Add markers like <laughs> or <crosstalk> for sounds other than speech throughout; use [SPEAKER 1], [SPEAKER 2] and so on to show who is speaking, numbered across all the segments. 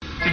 [SPEAKER 1] The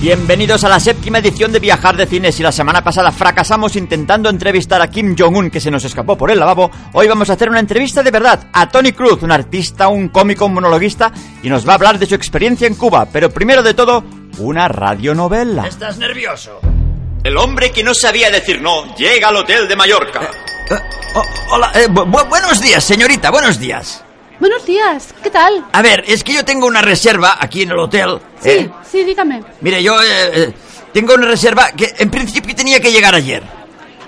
[SPEAKER 2] Bienvenidos a la séptima edición de Viajar de Cines. Si la semana pasada fracasamos intentando entrevistar a Kim Jong-un, que se nos escapó por el lavabo, hoy vamos a hacer una entrevista de verdad a Tony Cruz, un artista, un cómico, un monologuista, y nos va a hablar de su experiencia en Cuba, pero primero de todo, una radionovela.
[SPEAKER 3] ¿Estás nervioso?
[SPEAKER 2] El hombre que no sabía decir no llega al hotel de Mallorca. eh, oh,
[SPEAKER 3] hola, eh, bu- bu- buenos días, señorita, buenos días.
[SPEAKER 4] Buenos días, ¿qué tal?
[SPEAKER 3] A ver, es que yo tengo una reserva aquí en el hotel.
[SPEAKER 4] Sí,
[SPEAKER 3] ¿eh?
[SPEAKER 4] sí, dígame.
[SPEAKER 3] Mire, yo eh, eh, tengo una reserva que en principio tenía que llegar ayer.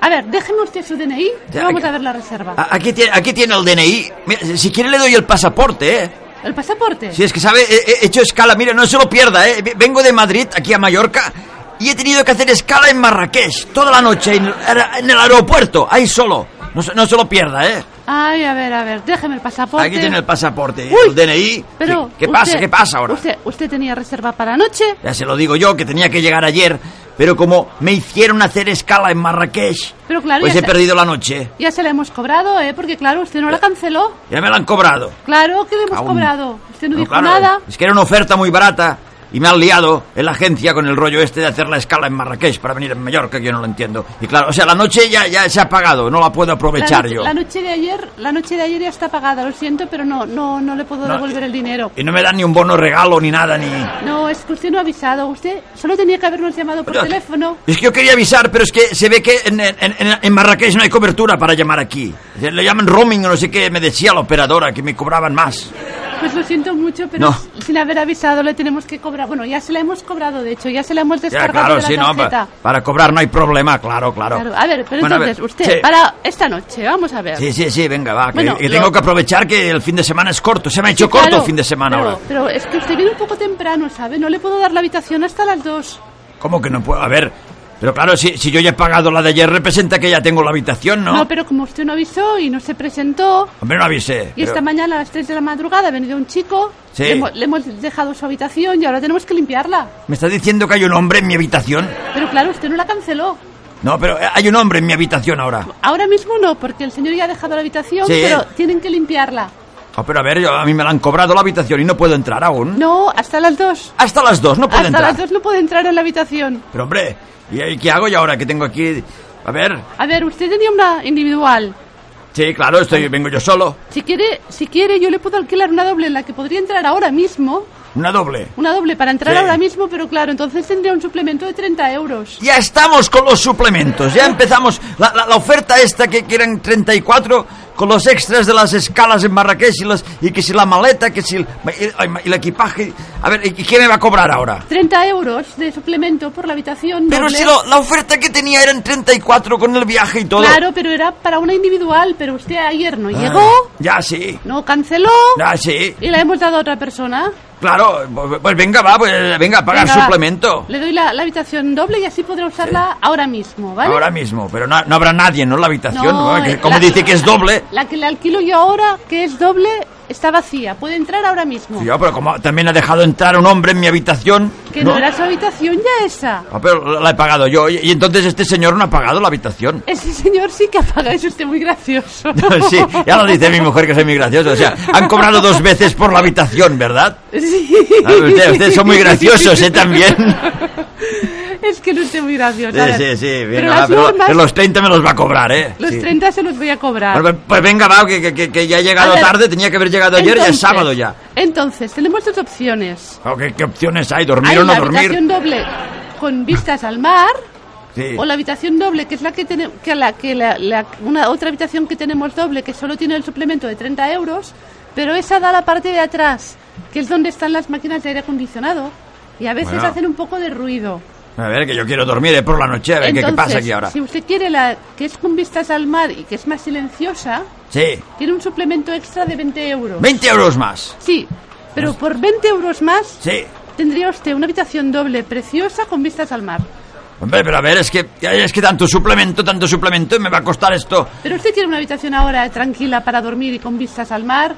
[SPEAKER 4] A ver, déjeme usted su DNI y
[SPEAKER 3] Ya, Ah.
[SPEAKER 4] vamos
[SPEAKER 3] ya.
[SPEAKER 4] a ver la reserva.
[SPEAKER 3] A- aquí, tiene, aquí tiene el DNI. Mira, si quiere le doy el pasaporte, ¿eh?
[SPEAKER 4] ¿El pasaporte?
[SPEAKER 3] Si es que sabe, he- he hecho escala, mire, no se lo pierda, ¿eh? Ve- Vengo de Madrid, aquí a Mallorca, y he tenido que hacer escala en Marrakech, toda la noche, en, el- en el aeropuerto, ahí solo. No, se- no se lo pierda, ¿eh?
[SPEAKER 4] Ay, a ver, a ver, déjeme el pasaporte.
[SPEAKER 3] Aquí tiene el pasaporte,
[SPEAKER 4] Uy,
[SPEAKER 3] el DNI.
[SPEAKER 4] Pero
[SPEAKER 3] ¿Qué, qué
[SPEAKER 4] usted-
[SPEAKER 3] pasa? ¿Qué pasa ahora?
[SPEAKER 4] Usted, usted tenía reserva para anoche.
[SPEAKER 3] Ya se lo digo yo, que tenía que llegar ayer, pero como me hicieron hacer escala en Marrakech,
[SPEAKER 4] Pero claro,
[SPEAKER 3] pues
[SPEAKER 4] ya
[SPEAKER 3] he
[SPEAKER 4] se-
[SPEAKER 3] perdido la noche.
[SPEAKER 4] Ya se la hemos cobrado, ¿eh? Porque claro, usted no la canceló.
[SPEAKER 3] Ya me la han cobrado.
[SPEAKER 4] Claro que le hemos
[SPEAKER 3] Aún-
[SPEAKER 4] cobrado. Usted no,
[SPEAKER 3] No,
[SPEAKER 4] dijo
[SPEAKER 3] claro,
[SPEAKER 4] nada.
[SPEAKER 3] Es que era una oferta muy barata y me han liado en la agencia con el rollo este de hacer la escala en Marrakech para venir en Mallorca, que yo no lo entiendo. Y claro, o sea, la noche ya, ya se ha pagado, no la puedo
[SPEAKER 4] La
[SPEAKER 3] aprovechar
[SPEAKER 4] noche,
[SPEAKER 3] yo.
[SPEAKER 4] la noche de ayer, la noche de ayer ya está pagada, lo siento, pero no, no, no le puedo
[SPEAKER 3] No, eh,
[SPEAKER 4] devolver el dinero.
[SPEAKER 3] Y no me dan ni un bono regalo ni nada, ni...
[SPEAKER 4] No, es que usted no ha avisado. Usted solo tenía que habernos llamado por
[SPEAKER 3] Yo-
[SPEAKER 4] teléfono.
[SPEAKER 3] Es que yo quería avisar, pero es que se ve que en, en- en- en Marrakech no hay cobertura para llamar aquí. Le llaman roaming o no sé qué, me decía la operadora que me cobraban más.
[SPEAKER 4] Pues lo siento mucho, pero
[SPEAKER 3] No.
[SPEAKER 4] sin haber avisado le tenemos que cobrar. Bueno, ya se la hemos cobrado, de hecho, ya se la hemos
[SPEAKER 3] Ya,
[SPEAKER 4] descargado
[SPEAKER 3] claro,
[SPEAKER 4] de la
[SPEAKER 3] sí, no, pa-
[SPEAKER 4] tarjeta.
[SPEAKER 3] para, cobrar no hay problema, claro, claro.
[SPEAKER 4] Claro, A ver, pero
[SPEAKER 3] Bueno, a ver,
[SPEAKER 4] entonces, usted,
[SPEAKER 3] sí.
[SPEAKER 4] para esta noche, vamos a ver.
[SPEAKER 3] Sí, sí, sí, venga, va. Que,
[SPEAKER 4] Bueno,
[SPEAKER 3] que tengo
[SPEAKER 4] lo-
[SPEAKER 3] que aprovechar que el fin de semana es corto. Se me ha
[SPEAKER 4] Sí,
[SPEAKER 3] hecho
[SPEAKER 4] claro,
[SPEAKER 3] corto el fin de semana
[SPEAKER 4] pero,
[SPEAKER 3] ahora.
[SPEAKER 4] Pero es que usted viene un poco temprano, ¿sabe? No le puedo dar la habitación hasta las dos.
[SPEAKER 3] ¿Cómo que no puedo? A ver. Pero claro, si, si yo ya he pagado la de ayer, representa que ya tengo la habitación, ¿no?
[SPEAKER 4] pero como usted no avisó y no se presentó...
[SPEAKER 3] Hombre, no avisé.
[SPEAKER 4] Y esta
[SPEAKER 3] pero-
[SPEAKER 4] mañana a las 3 de la madrugada ha venido un chico,
[SPEAKER 3] Sí.
[SPEAKER 4] le, hemos, le hemos dejado su habitación y ahora tenemos que limpiarla.
[SPEAKER 3] ¿Me está diciendo que hay un hombre en mi habitación?
[SPEAKER 4] Pero claro, usted no la canceló.
[SPEAKER 3] No, pero eh, hay un hombre en mi habitación ahora.
[SPEAKER 4] Ahora mismo no, porque el señor ya ha dejado la habitación,
[SPEAKER 3] Sí.
[SPEAKER 4] pero tienen que limpiarla.
[SPEAKER 3] Ah, pero a ver, yo- a mí me la han cobrado la habitación y no puedo entrar aún.
[SPEAKER 4] No, hasta las dos.
[SPEAKER 3] Hasta las dos, no puedo
[SPEAKER 4] hasta
[SPEAKER 3] entrar.
[SPEAKER 4] las dos no puede entrar en la habitación.
[SPEAKER 3] Pero hombre, ¿y, y qué hago yo ahora que tengo aquí? A ver,
[SPEAKER 4] A ver, usted tenía una individual.
[SPEAKER 3] sí, claro, estoy, vengo yo solo.
[SPEAKER 4] Si quiere, si quiere, yo le puedo alquilar una doble en la que podría entrar ahora mismo.
[SPEAKER 3] Una doble.
[SPEAKER 4] Una doble para entrar
[SPEAKER 3] Sí.
[SPEAKER 4] ahora mismo, pero claro, entonces tendría un suplemento de 30 euros.
[SPEAKER 3] Ya estamos con los suplementos, ya empezamos la, la- la oferta esta que, que eran 34 con los extras de las escalas en Marrakech y, los, y que si la maleta, que si el, el- el equipaje... A ver, ¿y quién me va a cobrar ahora?
[SPEAKER 4] 30 euros de suplemento por la habitación.
[SPEAKER 3] Pero
[SPEAKER 4] doble.
[SPEAKER 3] si lo- la oferta que tenía eran 34 con el viaje y todo.
[SPEAKER 4] Claro, pero era para una individual, pero usted ayer no
[SPEAKER 3] Ah,
[SPEAKER 4] llegó,
[SPEAKER 3] Ya sí,
[SPEAKER 4] no canceló
[SPEAKER 3] ya sí,
[SPEAKER 4] y la hemos dado a otra persona.
[SPEAKER 3] claro, pues, pues venga, va, pues, venga, a pagar
[SPEAKER 4] Venga, va.
[SPEAKER 3] suplemento.
[SPEAKER 4] Le doy la, la habitación doble y así podrá usarla ahora mismo, ¿vale?
[SPEAKER 3] Ahora mismo, pero no, no habrá nadie, ¿no? En la habitación,
[SPEAKER 4] No,
[SPEAKER 3] ¿no? Que
[SPEAKER 4] eh,
[SPEAKER 3] como
[SPEAKER 4] la-
[SPEAKER 3] dice que es doble.
[SPEAKER 4] La que le alquilo yo ahora, que es doble, está vacía. Puede entrar ahora mismo.
[SPEAKER 3] Yo, pero como también ha dejado entrar un hombre en mi habitación...
[SPEAKER 4] Que no. era su habitación ya esa.
[SPEAKER 3] Ah, pero la la he pagado yo. Y, y entonces este señor no ha pagado la habitación. <laughs>
[SPEAKER 4] Ese señor sí que apaga, es usted muy gracioso.
[SPEAKER 3] sí, ya lo dice mi mujer que soy muy gracioso. O sea, han cobrado dos veces por la habitación, ¿verdad?
[SPEAKER 4] <laughs> Sí.
[SPEAKER 3] Ah, Ustedes, ustedes
[SPEAKER 4] <laughs>
[SPEAKER 3] son muy graciosos, ¿eh? También.
[SPEAKER 4] Es que no estoy muy gracioso.
[SPEAKER 3] Sí,
[SPEAKER 4] a ver.
[SPEAKER 3] sí, sí. bien,
[SPEAKER 4] pero
[SPEAKER 3] va,
[SPEAKER 4] las
[SPEAKER 3] pero-
[SPEAKER 4] normas,
[SPEAKER 3] pero los 30 me los va a cobrar, ¿eh?
[SPEAKER 4] los
[SPEAKER 3] Sí.
[SPEAKER 4] 30 se los voy a cobrar.
[SPEAKER 3] Bueno, Pues, pues venga, va, que, que- que- que ya he llegado
[SPEAKER 4] A ver,
[SPEAKER 3] tarde, tenía que haber llegado ayer, ya es
[SPEAKER 4] Entonces-
[SPEAKER 3] sábado ya.
[SPEAKER 4] Entonces, tenemos dos opciones.
[SPEAKER 3] Ah, ¿Qué, qué opciones hay?
[SPEAKER 4] Hay
[SPEAKER 3] ¿Dormir o
[SPEAKER 4] la
[SPEAKER 3] no dormir?
[SPEAKER 4] habitación doble con vistas al mar.
[SPEAKER 3] Sí.
[SPEAKER 4] O la habitación doble, que es la que tenemos, que la que la, la- una otra habitación que tenemos doble, que solo tiene el suplemento de 30 euros, pero esa da la parte de atrás, que es donde están las máquinas de aire acondicionado, y a veces
[SPEAKER 3] Bueno.
[SPEAKER 4] hacen un poco de ruido.
[SPEAKER 3] A ver, que yo quiero dormir eh, por la noche, a ver qué- qué,
[SPEAKER 4] Entonces,
[SPEAKER 3] pasa aquí ahora.
[SPEAKER 4] si usted quiere la que es con vistas al mar y que es más silenciosa,
[SPEAKER 3] Sí,
[SPEAKER 4] tiene un suplemento extra de 20 euros.
[SPEAKER 3] 20 euros más.
[SPEAKER 4] Sí, pero por 20 euros más
[SPEAKER 3] Sí.
[SPEAKER 4] tendría usted una habitación doble preciosa con vistas al mar.
[SPEAKER 3] Hombre, pero a ver, es que, es que tanto suplemento, tanto suplemento, me va a costar esto.
[SPEAKER 4] Pero usted quiere una habitación ahora tranquila para dormir y con vistas al mar.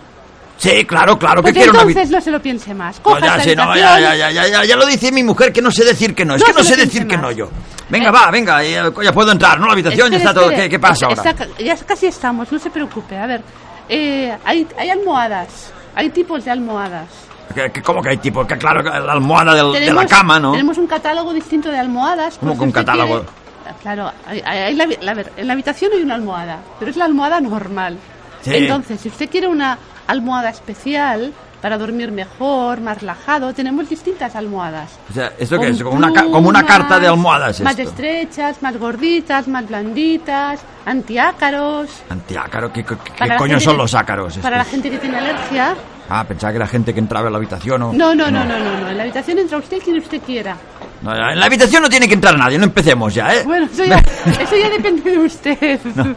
[SPEAKER 3] Sí, claro, claro,
[SPEAKER 4] Pues
[SPEAKER 3] que quiero una
[SPEAKER 4] entonces
[SPEAKER 3] habit-
[SPEAKER 4] no se lo piense más.
[SPEAKER 3] No,
[SPEAKER 4] Coja
[SPEAKER 3] ya,
[SPEAKER 4] esta
[SPEAKER 3] sí, no, ya,
[SPEAKER 4] habitación.
[SPEAKER 3] ya, ya, ya, ya, ya lo dice mi mujer, que no sé decir que no. Es
[SPEAKER 4] No
[SPEAKER 3] que no
[SPEAKER 4] se
[SPEAKER 3] sé
[SPEAKER 4] lo
[SPEAKER 3] decir
[SPEAKER 4] piense
[SPEAKER 3] que
[SPEAKER 4] más.
[SPEAKER 3] no yo. Venga, va, venga, ya, ya puedo entrar, ¿no? La habitación ya
[SPEAKER 4] Espere,
[SPEAKER 3] está todo.
[SPEAKER 4] espere.
[SPEAKER 3] ¿Qué, qué pasa ahora?
[SPEAKER 4] Está ca- ya casi estamos, no se preocupe. A ver, eh, hay, hay almohadas, hay tipos de almohadas.
[SPEAKER 3] ¿Qué- qué- ¿Cómo que hay tipo? Que claro, la almohada del- de la cama, ¿no?
[SPEAKER 4] Tenemos un catálogo distinto de almohadas.
[SPEAKER 3] ¿Cómo
[SPEAKER 4] por
[SPEAKER 3] que
[SPEAKER 4] si
[SPEAKER 3] un
[SPEAKER 4] usted
[SPEAKER 3] catálogo?
[SPEAKER 4] quiere- Claro, hay- hay- hay la- la- a ver, en la habitación hay una almohada, pero es la almohada normal.
[SPEAKER 3] Sí.
[SPEAKER 4] Entonces, si usted quiere una almohada especial para dormir mejor, más relajado, tenemos distintas almohadas.
[SPEAKER 3] O sea, ¿esto qué
[SPEAKER 4] Con
[SPEAKER 3] es? Como una, ca- como una
[SPEAKER 4] plumas,
[SPEAKER 3] carta de almohadas
[SPEAKER 4] Más
[SPEAKER 3] esto.
[SPEAKER 4] estrechas, más gorditas, más blanditas, antiácaros.
[SPEAKER 3] Antiácaro, ¿qué, qué- qué
[SPEAKER 4] Para la
[SPEAKER 3] coño
[SPEAKER 4] gente
[SPEAKER 3] son
[SPEAKER 4] que-
[SPEAKER 3] los ácaros? estos?
[SPEAKER 4] Para la gente que tiene alergia.
[SPEAKER 3] Ah, pensaba que la gente que entraba en la habitación o...
[SPEAKER 4] No, no, no, no, no, no. En la habitación entra usted quien usted quiera.
[SPEAKER 3] No, no, en la habitación no tiene que entrar nadie, no empecemos ya, ¿eh?
[SPEAKER 4] Bueno, eso
[SPEAKER 3] <laughs>
[SPEAKER 4] ya, eso ya depende de usted. <laughs>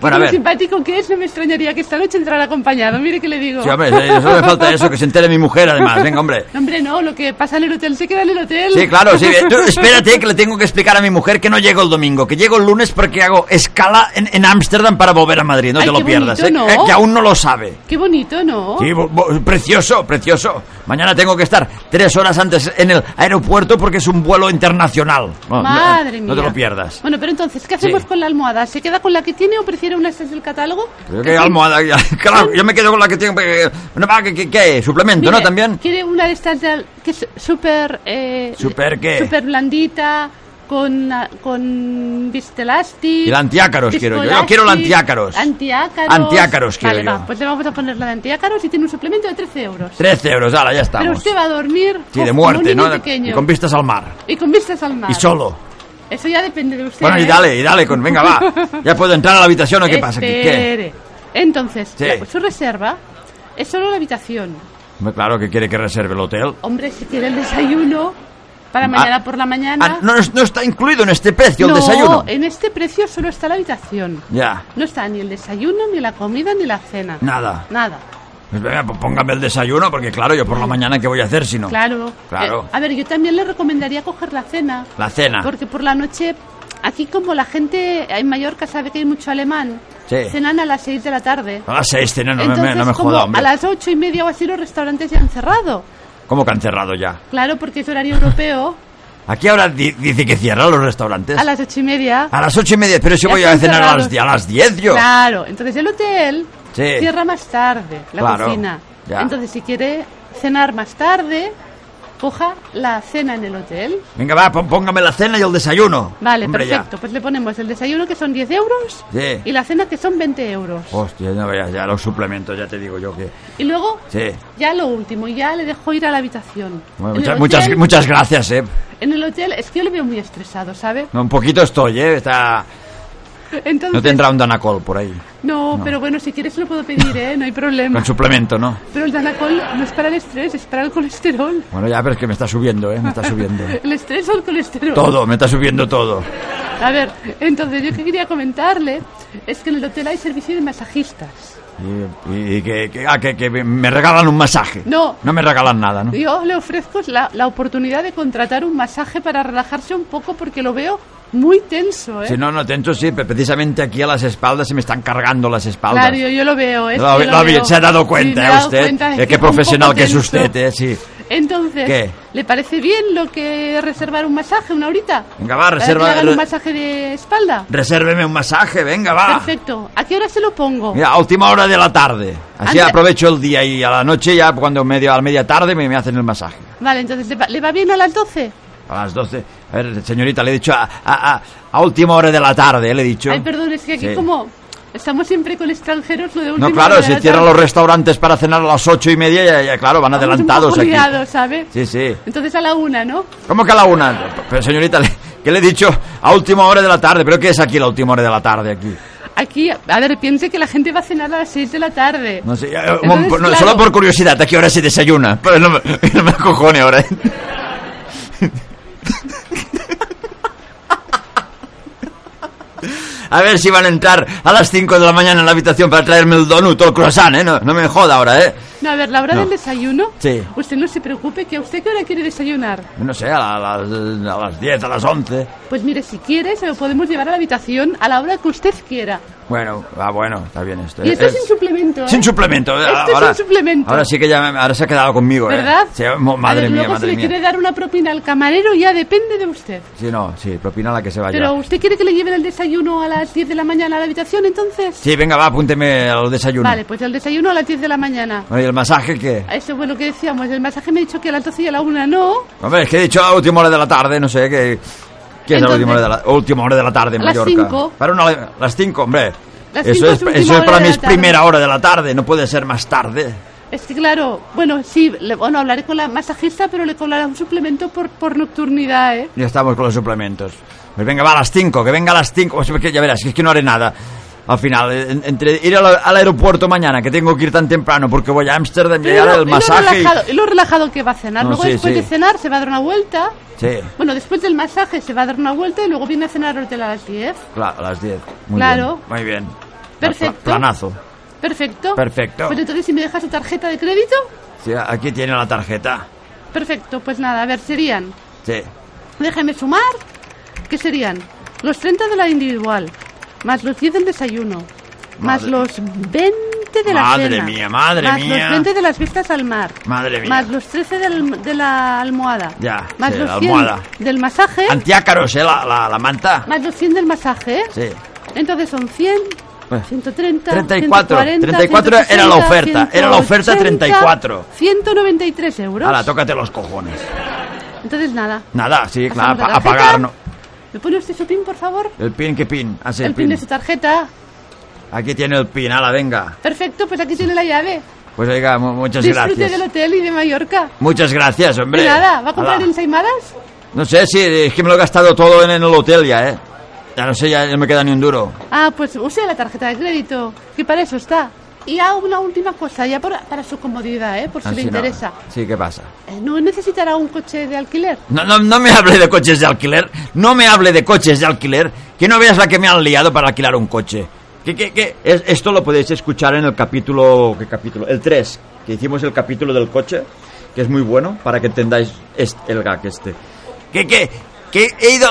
[SPEAKER 3] Bueno, a
[SPEAKER 4] Qué
[SPEAKER 3] ver.
[SPEAKER 4] simpático que es, no me extrañaría que esta noche entrara acompañado. Mire que le digo.
[SPEAKER 3] Sí, hombre, eh, solo me falta eso, que se entere mi mujer, además. Venga, hombre.
[SPEAKER 4] <laughs> No, hombre, no, lo que pasa en el hotel se queda en el hotel.
[SPEAKER 3] Sí, claro,
[SPEAKER 4] <laughs>
[SPEAKER 3] sí. eh, tú espérate, que le tengo que explicar a mi mujer que no llego el domingo, que llego el lunes porque hago escala en en Ámsterdam para volver a Madrid. No
[SPEAKER 4] Ay,
[SPEAKER 3] te lo
[SPEAKER 4] qué
[SPEAKER 3] pierdas,
[SPEAKER 4] bonito,
[SPEAKER 3] eh,
[SPEAKER 4] ¿no? Oh.
[SPEAKER 3] eh, que aún no lo sabe.
[SPEAKER 4] Qué bonito, ¿no?
[SPEAKER 3] Sí, bo- bo- precioso, precioso. Mañana tengo que estar tres horas antes en el aeropuerto porque es un vuelo internacional. No, no,
[SPEAKER 4] Madre
[SPEAKER 3] No
[SPEAKER 4] mía.
[SPEAKER 3] te lo pierdas.
[SPEAKER 4] Bueno, pero entonces, ¿qué hacemos
[SPEAKER 3] Sí.
[SPEAKER 4] con la almohada? ¿Se queda con la que tiene o prefiere una extensión del catálogo?
[SPEAKER 3] Pero qué almohada, ya, <laughs> claro, yo me quedo con la que tengo. eh, No, va, ¿qué, qué, qué? suplemento,
[SPEAKER 4] Mire,
[SPEAKER 3] no? También.
[SPEAKER 4] ¿Quiere una de estas de al- que es súper... Eh,
[SPEAKER 3] ¿Súper qué?
[SPEAKER 4] Súper blandita, con, ah, con vistelastic...
[SPEAKER 3] Y la antiácaros quiero yo. Yo quiero la antiácaros.
[SPEAKER 4] Antiácaros.
[SPEAKER 3] Antiácaros quiero
[SPEAKER 4] Vale,
[SPEAKER 3] yo.
[SPEAKER 4] va, pues le vamos a poner la de antiácaros y tiene un suplemento de 13 euros.
[SPEAKER 3] 13 euros, ahora ya estamos.
[SPEAKER 4] Pero usted va a dormir
[SPEAKER 3] Sí,
[SPEAKER 4] jo,
[SPEAKER 3] de
[SPEAKER 4] como un
[SPEAKER 3] muerte,
[SPEAKER 4] niño
[SPEAKER 3] ¿no?
[SPEAKER 4] pequeño.
[SPEAKER 3] Y con vistas al mar.
[SPEAKER 4] Y con vistas al mar.
[SPEAKER 3] Y solo.
[SPEAKER 4] Eso ya depende de usted.
[SPEAKER 3] Bueno, y
[SPEAKER 4] ¿eh?
[SPEAKER 3] dale, y dale, con, venga,
[SPEAKER 4] <laughs>
[SPEAKER 3] va. Ya puedo entrar a la habitación o Ah, qué pasa. ¿Qué, qué?
[SPEAKER 4] Espere. Entonces,
[SPEAKER 3] Sí.
[SPEAKER 4] la- su reserva es solo la habitación.
[SPEAKER 3] Hombre, Claro que quiere que reserve el hotel.
[SPEAKER 4] Hombre, si quiere el desayuno para mañana por la mañana.
[SPEAKER 3] Ah, no, es- no está incluido en este precio el
[SPEAKER 4] No,
[SPEAKER 3] desayuno.
[SPEAKER 4] en este precio solo está la habitación.
[SPEAKER 3] Ya.
[SPEAKER 4] No está ni el desayuno, ni la comida, ni la cena.
[SPEAKER 3] Nada.
[SPEAKER 4] Nada.
[SPEAKER 3] Pues venga, pues póngame el desayuno, porque claro, yo por la mañana, ¿qué voy a hacer si no?
[SPEAKER 4] Claro.
[SPEAKER 3] Claro. Ah.
[SPEAKER 4] Eh, a ver, yo también le recomendaría coger la cena.
[SPEAKER 3] La cena.
[SPEAKER 4] Porque por la noche, aquí como la gente en Mallorca sabe que hay mucho alemán,
[SPEAKER 3] Sí.
[SPEAKER 4] cenan a las 6 de la tarde.
[SPEAKER 3] A las seis, cena, no, me-
[SPEAKER 4] Entonces,
[SPEAKER 3] no me
[SPEAKER 4] como
[SPEAKER 3] joda, hombre.
[SPEAKER 4] a las ocho y media o así los restaurantes ya han cerrado.
[SPEAKER 3] ¿Cómo que han cerrado ya?
[SPEAKER 4] Claro, porque es horario europeo.
[SPEAKER 3] Aquí ahora di- dice que cierran los restaurantes.
[SPEAKER 4] A las ocho y media.
[SPEAKER 3] A las ocho y media, pero si
[SPEAKER 4] Ya
[SPEAKER 3] voy a
[SPEAKER 4] están
[SPEAKER 3] cenar a las,
[SPEAKER 4] cerrados.
[SPEAKER 3] die- a las diez, yo.
[SPEAKER 4] Claro, entonces el hotel
[SPEAKER 3] Sí.
[SPEAKER 4] cierra más tarde, la
[SPEAKER 3] Claro,
[SPEAKER 4] cocina.
[SPEAKER 3] ya.
[SPEAKER 4] Entonces, si quiere cenar más tarde, coja la cena en el hotel.
[SPEAKER 3] Venga, va, pon- póngame la cena y el desayuno.
[SPEAKER 4] Vale,
[SPEAKER 3] Hombre, ya.
[SPEAKER 4] perfecto. Pues le ponemos el desayuno que son 10 euros
[SPEAKER 3] Sí.
[SPEAKER 4] y la cena que son 20 euros.
[SPEAKER 3] Hostia, no, ya, ya los suplementos, ya te digo yo que...
[SPEAKER 4] Y luego,
[SPEAKER 3] Sí.
[SPEAKER 4] ya lo último, ya le dejo ir a la habitación.
[SPEAKER 3] Bueno,
[SPEAKER 4] En el
[SPEAKER 3] muchas, muchas,
[SPEAKER 4] hotel-
[SPEAKER 3] muchas gracias, eh.
[SPEAKER 4] En el hotel, es que yo le veo muy estresado, ¿sabe?
[SPEAKER 3] No, un poquito estoy, eh. Está...
[SPEAKER 4] Entonces,
[SPEAKER 3] No tendrá un Danacol por ahí.
[SPEAKER 4] No, pero bueno, si quieres se lo puedo pedir, ¿eh? No hay problema.
[SPEAKER 3] Con suplemento, ¿no?
[SPEAKER 4] Pero el Danacol no es para el estrés, es para el colesterol.
[SPEAKER 3] Bueno, ya, pero es que me está subiendo, eh. Me está subiendo.
[SPEAKER 4] ¿El estrés o el colesterol?
[SPEAKER 3] Todo, me está subiendo todo.
[SPEAKER 4] A ver, entonces yo que quería comentarle es que en el hotel hay servicio de masajistas.
[SPEAKER 3] Y, y que, que- ah, que- que me regalan un masaje.
[SPEAKER 4] No.
[SPEAKER 3] No me regalan nada, ¿no?
[SPEAKER 4] Yo le ofrezco la, la oportunidad de contratar un masaje para relajarse un poco porque lo veo muy tenso, ¿eh?
[SPEAKER 3] Si no, no, tenso sí, pero precisamente aquí a las espaldas se me están cargando las espaldas.
[SPEAKER 4] Claro, yo, yo lo veo, ¿eh?
[SPEAKER 3] Lo-
[SPEAKER 4] Yo
[SPEAKER 3] lo-
[SPEAKER 4] veo.
[SPEAKER 3] se ha dado
[SPEAKER 4] Sí, me
[SPEAKER 3] cuenta,
[SPEAKER 4] he
[SPEAKER 3] eh,
[SPEAKER 4] dado
[SPEAKER 3] usted.
[SPEAKER 4] cuenta de
[SPEAKER 3] Eh,
[SPEAKER 4] que
[SPEAKER 3] qué
[SPEAKER 4] es un poco
[SPEAKER 3] profesional que es
[SPEAKER 4] tenso.
[SPEAKER 3] usted, eh, sí.
[SPEAKER 4] Entonces,
[SPEAKER 3] ¿Qué?
[SPEAKER 4] ¿le parece bien lo que reservar un masaje, una horita?
[SPEAKER 3] Venga, va,
[SPEAKER 4] ¿Para que
[SPEAKER 3] reserva-
[SPEAKER 4] le hagan un
[SPEAKER 3] re-
[SPEAKER 4] masaje de espalda?
[SPEAKER 3] Resérveme un masaje, venga, va.
[SPEAKER 4] Perfecto. ¿A qué hora se lo pongo?
[SPEAKER 3] Ah. Mira, a última hora de la tarde. Así
[SPEAKER 4] Anda.
[SPEAKER 3] aprovecho el día y a la noche ya cuando medio a la media tarde me, me hacen el masaje.
[SPEAKER 4] Vale, entonces, ¿le va, le va bien a las 12?
[SPEAKER 3] A las 12. A ver, señorita, le he dicho a, a- a- a última hora de la tarde, le he dicho.
[SPEAKER 4] Ay, perdón, es que aquí
[SPEAKER 3] Sí.
[SPEAKER 4] como... estamos siempre con extranjeros, lo de
[SPEAKER 3] No,
[SPEAKER 4] última
[SPEAKER 3] claro,
[SPEAKER 4] hora de
[SPEAKER 3] si
[SPEAKER 4] la
[SPEAKER 3] cierran
[SPEAKER 4] tarde.
[SPEAKER 3] los restaurantes para cenar a las ocho y media, ya, ya, claro, van
[SPEAKER 4] Estamos un poco
[SPEAKER 3] adelantados aquí.
[SPEAKER 4] liados, ¿sabe?
[SPEAKER 3] Sí, sí.
[SPEAKER 4] Entonces a la una, ¿no?
[SPEAKER 3] ¿Cómo que a la una? Pero señorita, le- ¿qué le he dicho? A última hora de la tarde. ¿Pero qué es aquí la última hora de la tarde aquí?
[SPEAKER 4] Aquí, a ver, piense que la gente va a cenar a las seis de la tarde.
[SPEAKER 3] No sé, eh,
[SPEAKER 4] Entonces,
[SPEAKER 3] un- no,
[SPEAKER 4] claro.
[SPEAKER 3] solo por curiosidad, ¿a qué hora se desayuna? <laughs> Pero no me, no me acojone ahora. ¿eh? <laughs> A ver si van a entrar a las 5 de la mañana en la habitación para traerme el donut o el croissant, ¿eh? No, no me joda ahora, ¿eh?
[SPEAKER 4] No, a ver, la hora
[SPEAKER 3] No.
[SPEAKER 4] del desayuno.
[SPEAKER 3] Sí.
[SPEAKER 4] Usted no se preocupe, que a usted qué hora quiere desayunar.
[SPEAKER 3] No sé, a, la- a las, a las 10, a las 11.
[SPEAKER 4] Pues mire, si quiere, se lo podemos llevar a la habitación a la hora que usted quiera.
[SPEAKER 3] Bueno, ah, bueno, está bien esto.
[SPEAKER 4] Y esto
[SPEAKER 3] Es-
[SPEAKER 4] sin suplemento. ¿eh?
[SPEAKER 3] Sin suplemento. eh,
[SPEAKER 4] Esto es
[SPEAKER 3] ahora,
[SPEAKER 4] un suplemento.
[SPEAKER 3] Ahora sí que ya me- ahora se ha quedado conmigo, ¿eh?
[SPEAKER 4] ¿Verdad?
[SPEAKER 3] Sí, mo-
[SPEAKER 4] A
[SPEAKER 3] madre
[SPEAKER 4] ver,
[SPEAKER 3] mía,
[SPEAKER 4] luego si
[SPEAKER 3] madre
[SPEAKER 4] le
[SPEAKER 3] mía.
[SPEAKER 4] quiere dar una propina al camarero, ya depende de usted.
[SPEAKER 3] Sí, no, sí, propina la que se vaya.
[SPEAKER 4] Pero usted quiere que le lleven el desayuno a las 10 de la mañana a la habitación, entonces.
[SPEAKER 3] Sí, venga, va, apúnteme al desayuno.
[SPEAKER 4] Vale, pues el desayuno a las 10 de la mañana.
[SPEAKER 3] Bueno, ¿y el masaje qué?
[SPEAKER 4] Eso fue lo que decíamos. El masaje me ha dicho que a las 12 y a la 1 no.
[SPEAKER 3] Hombre, es que he dicho a última hora de la tarde, no sé, que... ¿Qué es la
[SPEAKER 4] Entonces,
[SPEAKER 3] última hora de la, última hora de la tarde en
[SPEAKER 4] a las
[SPEAKER 3] Mallorca?
[SPEAKER 4] cinco.
[SPEAKER 3] Para una, las 5, hombre.
[SPEAKER 4] Las
[SPEAKER 3] eso
[SPEAKER 4] cinco
[SPEAKER 3] es,
[SPEAKER 4] es última
[SPEAKER 3] eso es
[SPEAKER 4] hora
[SPEAKER 3] para
[SPEAKER 4] de
[SPEAKER 3] mí
[SPEAKER 4] la
[SPEAKER 3] es
[SPEAKER 4] tarde.
[SPEAKER 3] primera hora de la tarde, no puede ser más tarde.
[SPEAKER 4] Es que claro, bueno, sí, le- bueno, hablaré con la masajista, pero le cobrará un suplemento por, por nocturnidad, ¿eh?
[SPEAKER 3] Ya estamos con los suplementos. Pues venga, va a las 5, que venga a las 5. Ya verás, que es que no haré nada. Al final, en- entre ir al, al aeropuerto mañana, que tengo que ir tan temprano porque voy a Ámsterdam,
[SPEAKER 4] Pero
[SPEAKER 3] llegar
[SPEAKER 4] y lo-
[SPEAKER 3] al
[SPEAKER 4] y
[SPEAKER 3] masaje.
[SPEAKER 4] Lo
[SPEAKER 3] y-
[SPEAKER 4] relajado, y lo relajado que va a cenar.
[SPEAKER 3] No,
[SPEAKER 4] luego
[SPEAKER 3] sí,
[SPEAKER 4] después
[SPEAKER 3] sí.
[SPEAKER 4] de cenar se va a dar una vuelta.
[SPEAKER 3] Sí,
[SPEAKER 4] Bueno, después del masaje se va a dar una vuelta y luego viene a cenar al hotel a las 10.
[SPEAKER 3] claro, a las 10. Muy
[SPEAKER 4] Claro.
[SPEAKER 3] bien, Muy bien.
[SPEAKER 4] Perfecto.
[SPEAKER 3] Pla- Planazo.
[SPEAKER 4] Perfecto.
[SPEAKER 3] Perfecto.
[SPEAKER 4] Pues entonces, si me dejas tu tarjeta de crédito,
[SPEAKER 3] Sí, aquí tiene la tarjeta.
[SPEAKER 4] perfecto. Pues nada, a ver, serían.
[SPEAKER 3] Sí.
[SPEAKER 4] ¿Eh? Déjame sumar. ¿Qué serían? Los 30 de la individual, más los 10 del desayuno, más
[SPEAKER 3] Madre.
[SPEAKER 4] los 20 de la
[SPEAKER 3] Madre
[SPEAKER 4] cena,
[SPEAKER 3] mía, madre
[SPEAKER 4] más
[SPEAKER 3] mía.
[SPEAKER 4] los 20 de las vistas al mar.
[SPEAKER 3] Madre mía.
[SPEAKER 4] Más los 13 del- de la almohada.
[SPEAKER 3] Ya,
[SPEAKER 4] Más
[SPEAKER 3] sí,
[SPEAKER 4] los
[SPEAKER 3] la
[SPEAKER 4] 100
[SPEAKER 3] almohada.
[SPEAKER 4] del masaje.
[SPEAKER 3] Antiácaros, ¿eh? La, la, la manta.
[SPEAKER 4] Más los 100 del masaje. ¿eh?
[SPEAKER 3] Sí.
[SPEAKER 4] Entonces son 100,
[SPEAKER 3] Bueno,
[SPEAKER 4] 130,
[SPEAKER 3] 34,
[SPEAKER 4] 140,
[SPEAKER 3] 34 era
[SPEAKER 4] 160,
[SPEAKER 3] la oferta, era la oferta
[SPEAKER 4] 180,
[SPEAKER 3] 34.
[SPEAKER 4] 193 euros.
[SPEAKER 3] Ahora, tócate los cojones.
[SPEAKER 4] Entonces nada.
[SPEAKER 3] Nada, sí,
[SPEAKER 4] pasamos
[SPEAKER 3] claro,
[SPEAKER 4] la
[SPEAKER 3] a a
[SPEAKER 4] tarjeta.
[SPEAKER 3] pagar, ¿no?
[SPEAKER 4] ¿Me pone usted su pin, por favor?
[SPEAKER 3] El pin, ¿qué pin? Ah, sí,
[SPEAKER 4] el
[SPEAKER 3] el
[SPEAKER 4] pin
[SPEAKER 3] pin.
[SPEAKER 4] de su tarjeta.
[SPEAKER 3] Aquí tiene el pin, ala, venga.
[SPEAKER 4] Perfecto, pues aquí tiene la llave.
[SPEAKER 3] Pues oiga, mu- muchas
[SPEAKER 4] Disfrute del
[SPEAKER 3] gracias.
[SPEAKER 4] hotel y de Mallorca.
[SPEAKER 3] Muchas gracias, hombre.
[SPEAKER 4] De nada, ¿va a comprar
[SPEAKER 3] Ala.
[SPEAKER 4] ensaimadas?
[SPEAKER 3] No sé, sí, es que me lo he gastado todo en, en el hotel ya, ¿eh? Ya no sé, ya no me queda ni un duro.
[SPEAKER 4] Ah, pues use la tarjeta de crédito, que para eso está. Y a una última cosa, ya por- para su comodidad, ¿eh? por si
[SPEAKER 3] Ah,
[SPEAKER 4] le
[SPEAKER 3] sí, no.
[SPEAKER 4] interesa.
[SPEAKER 3] Sí, ¿qué pasa?
[SPEAKER 4] Eh, ¿No necesitará un coche de alquiler?
[SPEAKER 3] No, no, no me hable de coches de alquiler. No me hable de coches de alquiler. Que no veas la que me han liado para alquilar un coche. ¿Qué, qué, qué? Es- esto lo podéis escuchar en el capítulo... ¿Qué capítulo? El 3. Que hicimos el capítulo del coche. Que es muy bueno para que entendáis est- el gag este. ¿Qué, qué? Que he ido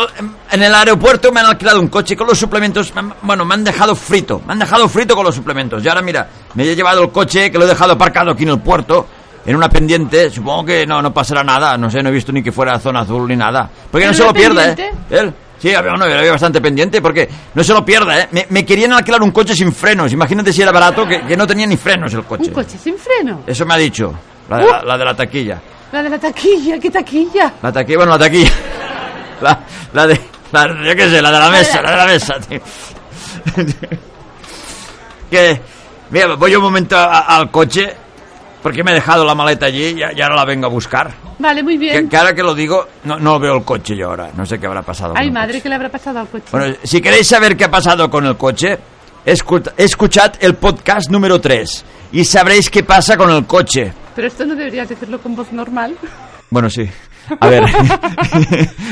[SPEAKER 3] en el aeropuerto, me han alquilado un coche con los suplementos. me han- Bueno, me han dejado frito. Me han dejado frito con los suplementos. Y ahora mira, me he llevado el coche que lo he dejado aparcado aquí en el puerto en una pendiente, supongo que no, no pasará nada, no sé, no he visto ni que fuera zona azul ni nada. Porque no
[SPEAKER 4] ¿Pero
[SPEAKER 3] se lo
[SPEAKER 4] era
[SPEAKER 3] pierda, ¿eh?
[SPEAKER 4] pendiente?
[SPEAKER 3] Él, sí, había, no, había bastante pendiente, porque no se lo pierda, ¿eh? Me, me querían alquilar un coche sin frenos, imagínate si era barato, que, que no tenía ni frenos el coche. Eh.
[SPEAKER 4] ¿Un coche sin freno?
[SPEAKER 3] Eso me ha dicho, la de la, la de la taquilla.
[SPEAKER 4] La de la taquilla, ¿qué taquilla?
[SPEAKER 3] La taquilla, bueno, la
[SPEAKER 4] <laughs>
[SPEAKER 3] taquilla. La, la de, la, yo qué sé, la de la mesa, la de la mesa, tío.
[SPEAKER 4] <laughs>
[SPEAKER 3] que, mira, voy un momento a- al coche, porque me he dejado la maleta allí y, y ahora la vengo a buscar.
[SPEAKER 4] Vale, muy
[SPEAKER 3] Que,
[SPEAKER 4] bien.
[SPEAKER 3] que ahora que lo digo, no, no veo el coche yo ahora. No sé qué habrá pasado. con
[SPEAKER 4] Ay,
[SPEAKER 3] el
[SPEAKER 4] madre,
[SPEAKER 3] coche.
[SPEAKER 4] ¿qué le habrá pasado al coche?
[SPEAKER 3] Bueno, si queréis saber qué ha pasado con el coche, escu- escuchad el podcast número 3 y sabréis qué pasa con el coche.
[SPEAKER 4] Pero esto no deberías decirlo con voz normal.
[SPEAKER 3] Bueno,
[SPEAKER 4] <laughs>
[SPEAKER 3] sí. A ver. <laughs>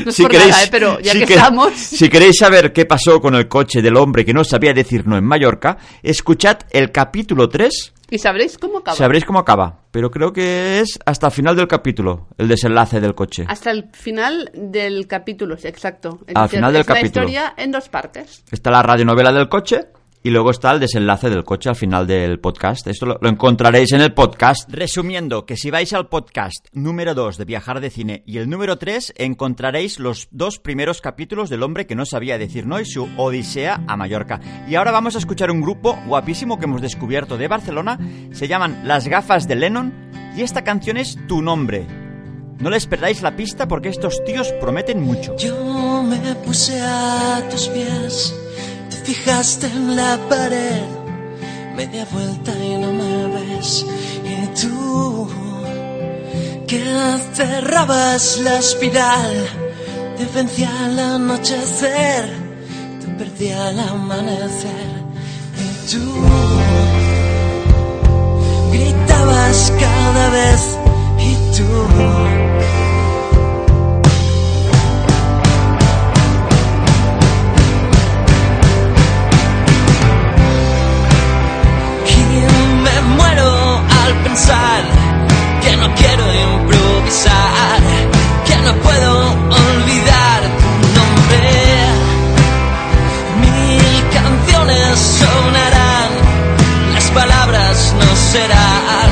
[SPEAKER 4] No es por nada, ¿eh? Pero ya que estamos.
[SPEAKER 3] Si queréis saber qué pasó con el coche del hombre que no sabía decir no en Mallorca, escuchad el capítulo 3.
[SPEAKER 4] Y sabréis cómo acaba.
[SPEAKER 3] Sabréis cómo acaba. Pero creo que es hasta el final del capítulo, el desenlace del coche.
[SPEAKER 4] Hasta el final del capítulo, sí, exacto. Es
[SPEAKER 3] Al
[SPEAKER 2] Ah,
[SPEAKER 4] decir,
[SPEAKER 3] final del
[SPEAKER 4] es la
[SPEAKER 3] capítulo.
[SPEAKER 4] historia en dos partes.
[SPEAKER 3] Está la radionovela del coche y luego está el desenlace del coche al final del podcast. Esto lo, lo encontraréis en el podcast. Resumiendo, que si vais al podcast número 2 de Viajar de Cine y el número 3, encontraréis los dos primeros capítulos del hombre que no sabía decir no y su odisea a Mallorca. Y ahora vamos a escuchar un grupo guapísimo que hemos descubierto de Barcelona. Se llaman Las gafas de Lennon y esta canción es Tu nombre. No les perdáis la pista porque estos tíos prometen mucho.
[SPEAKER 5] Yo me puse a tus pies, te fijaste en la pared, media vuelta y no me ves. Y tú, que cerrabas la espiral, te vencía al anochecer, te perdí al amanecer. Y tú, gritabas cada vez, y tú. Y me muero al pensar que no quiero improvisar, que no puedo olvidar tu nombre. Mil canciones sonarán, las palabras no serán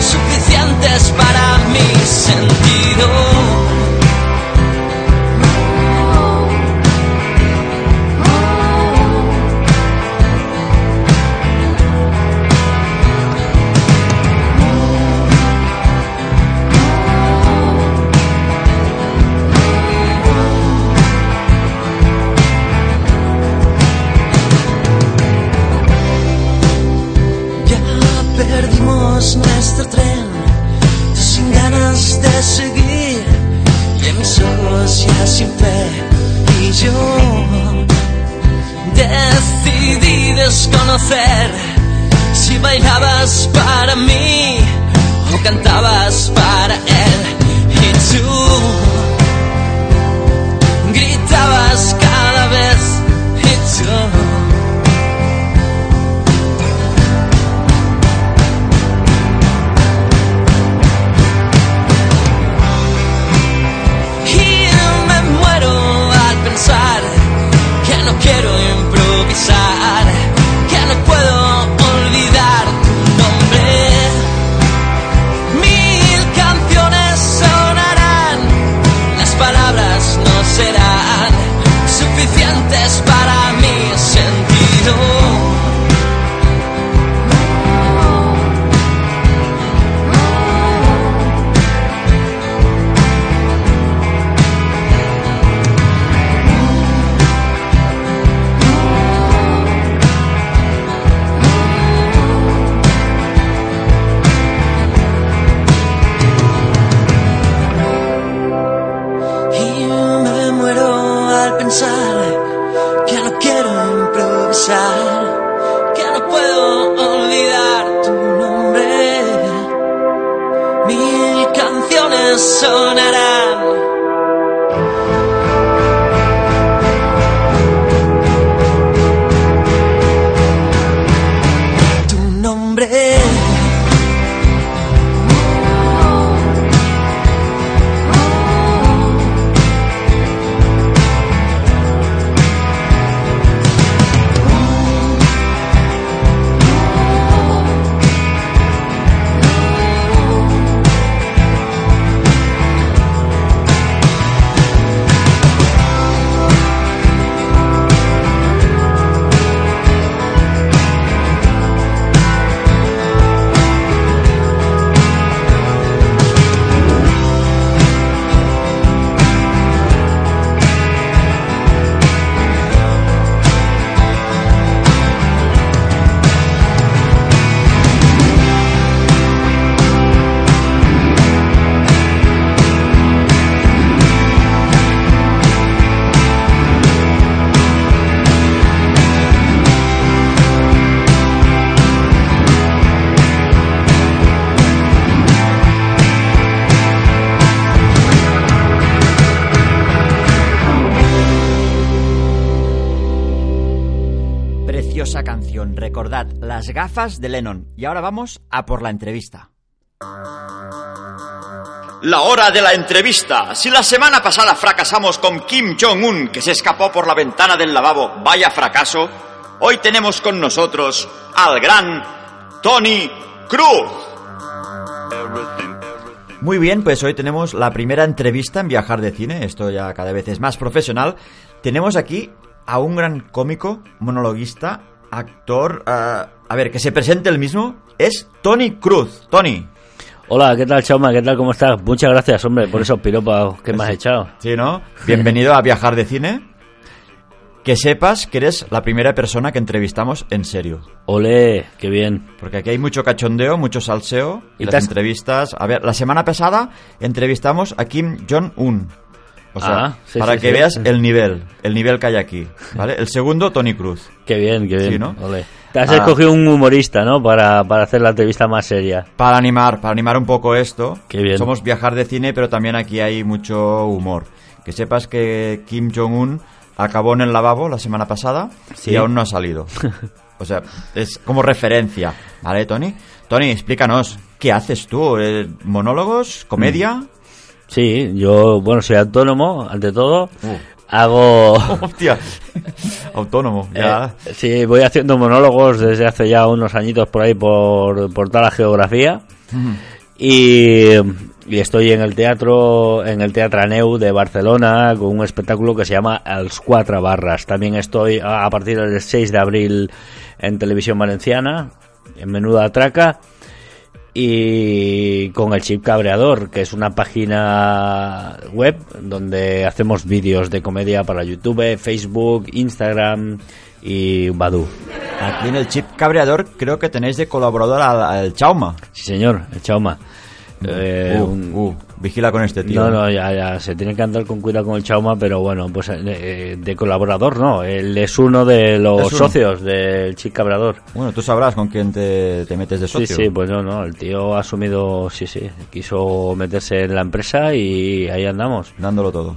[SPEAKER 5] suficientes para mi sentido. Ya perdimos nuestro tren, sin ganas de seguir, y en mis ojos ya sin fe. Y yo decidí desconocer si bailabas para mí o cantabas para él. Y tú gritabas cada vez, y tú. Y me muero al pensar que no quiero improvisar, que no puedo olvidar tu nombre. Mil canciones sonarán, las palabras no serán suficientes para mi sentido. Y me muero al pensar que no quiero improvisar, que no puedo olvidar tu nombre. Mil canciones sonarán. Tu nombre.
[SPEAKER 2] Preciosa canción, recordad las gafas de Lennon. Y ahora vamos a por la entrevista. La hora de la entrevista. Si la semana pasada fracasamos con Kim Jong-un, que se escapó por la ventana del lavabo, vaya fracaso, hoy tenemos con nosotros al gran Tony Cruz. Muy bien, pues hoy tenemos la primera entrevista en Viajar de Cine. Esto ya cada vez es más profesional. Tenemos aquí a un gran cómico, monologuista, actor. eh, a ver, que se presente el mismo. Es Tony Cruz. Tony.
[SPEAKER 6] Hola, ¿qué tal, Chauma? ¿Qué tal? ¿Cómo estás? Muchas gracias, hombre, por esos piropos que me has echado.
[SPEAKER 2] Sí, ¿no? Bienvenido a Viajar de Cine. que sepas que eres la primera persona que entrevistamos en serio.
[SPEAKER 6] Ole, qué bien.
[SPEAKER 2] Porque aquí hay mucho cachondeo, mucho salseo. Y,
[SPEAKER 6] Y
[SPEAKER 2] las
[SPEAKER 6] te has-
[SPEAKER 2] entrevistas. A ver, la semana pasada entrevistamos a Kim Jong-un. O sea,
[SPEAKER 6] Ah, sí,
[SPEAKER 2] para
[SPEAKER 6] sí,
[SPEAKER 2] que
[SPEAKER 6] sí.
[SPEAKER 2] veas el nivel, el nivel que hay aquí. ¿Vale? El segundo, Tony Cruz.
[SPEAKER 6] Qué bien, qué bien.
[SPEAKER 2] Sí, ¿no?
[SPEAKER 6] Ole. Te has
[SPEAKER 2] Ah.
[SPEAKER 6] escogido un humorista, ¿no? Para, para hacer la entrevista más seria.
[SPEAKER 2] Para animar, para animar un poco esto.
[SPEAKER 6] Qué bien.
[SPEAKER 2] Somos viajar de cine, pero también aquí hay mucho humor. Que sepas que Kim Jong-un acabó en el lavabo la semana pasada y aún no
[SPEAKER 6] <laughs>
[SPEAKER 2] ha salido. O sea, es como referencia. ¿Vale, Tony? Tony, explícanos, ¿qué haces tú? Eh, ¿Monólogos? ¿Comedia?
[SPEAKER 6] Mm. Sí, yo, bueno, soy autónomo, ante todo.
[SPEAKER 2] Uh.
[SPEAKER 6] Hago...
[SPEAKER 2] ¡Hostia! Autónomo, <laughs> ya.
[SPEAKER 6] Eh, sí, voy haciendo monólogos desde hace ya unos añitos por ahí por, por toda la geografía. Y, y estoy en el teatro, en el Teatro Aneu de Barcelona con un espectáculo que se llama Els Cuatro Barras. También estoy a a partir del 6 de abril en Televisión Valenciana, en Menuda Atraca y con el chip cabreador, que es una página web donde hacemos vídeos de comedia para YouTube, Facebook, Instagram y Badu.
[SPEAKER 2] Eh, Aquí en el chip cabreador creo que tenéis de colaborador al, al Chauma.
[SPEAKER 6] Sí, señor, el Chauma. Eh,
[SPEAKER 2] Uh,
[SPEAKER 6] un-
[SPEAKER 2] uh, vigila con este tío.
[SPEAKER 6] No, no, ya, ya, se tiene que andar con cuidado con el Chauma, pero bueno, pues eh, eh, de colaborador no, él es uno de los
[SPEAKER 2] Es uno.
[SPEAKER 6] socios del Chip Cabrador.
[SPEAKER 2] Bueno, tú sabrás con quién te, te metes de
[SPEAKER 6] Sí,
[SPEAKER 2] socio.
[SPEAKER 6] sí, pues no, no, el tío ha asumido, sí, sí, quiso meterse en la empresa y ahí andamos.
[SPEAKER 2] Dándolo todo.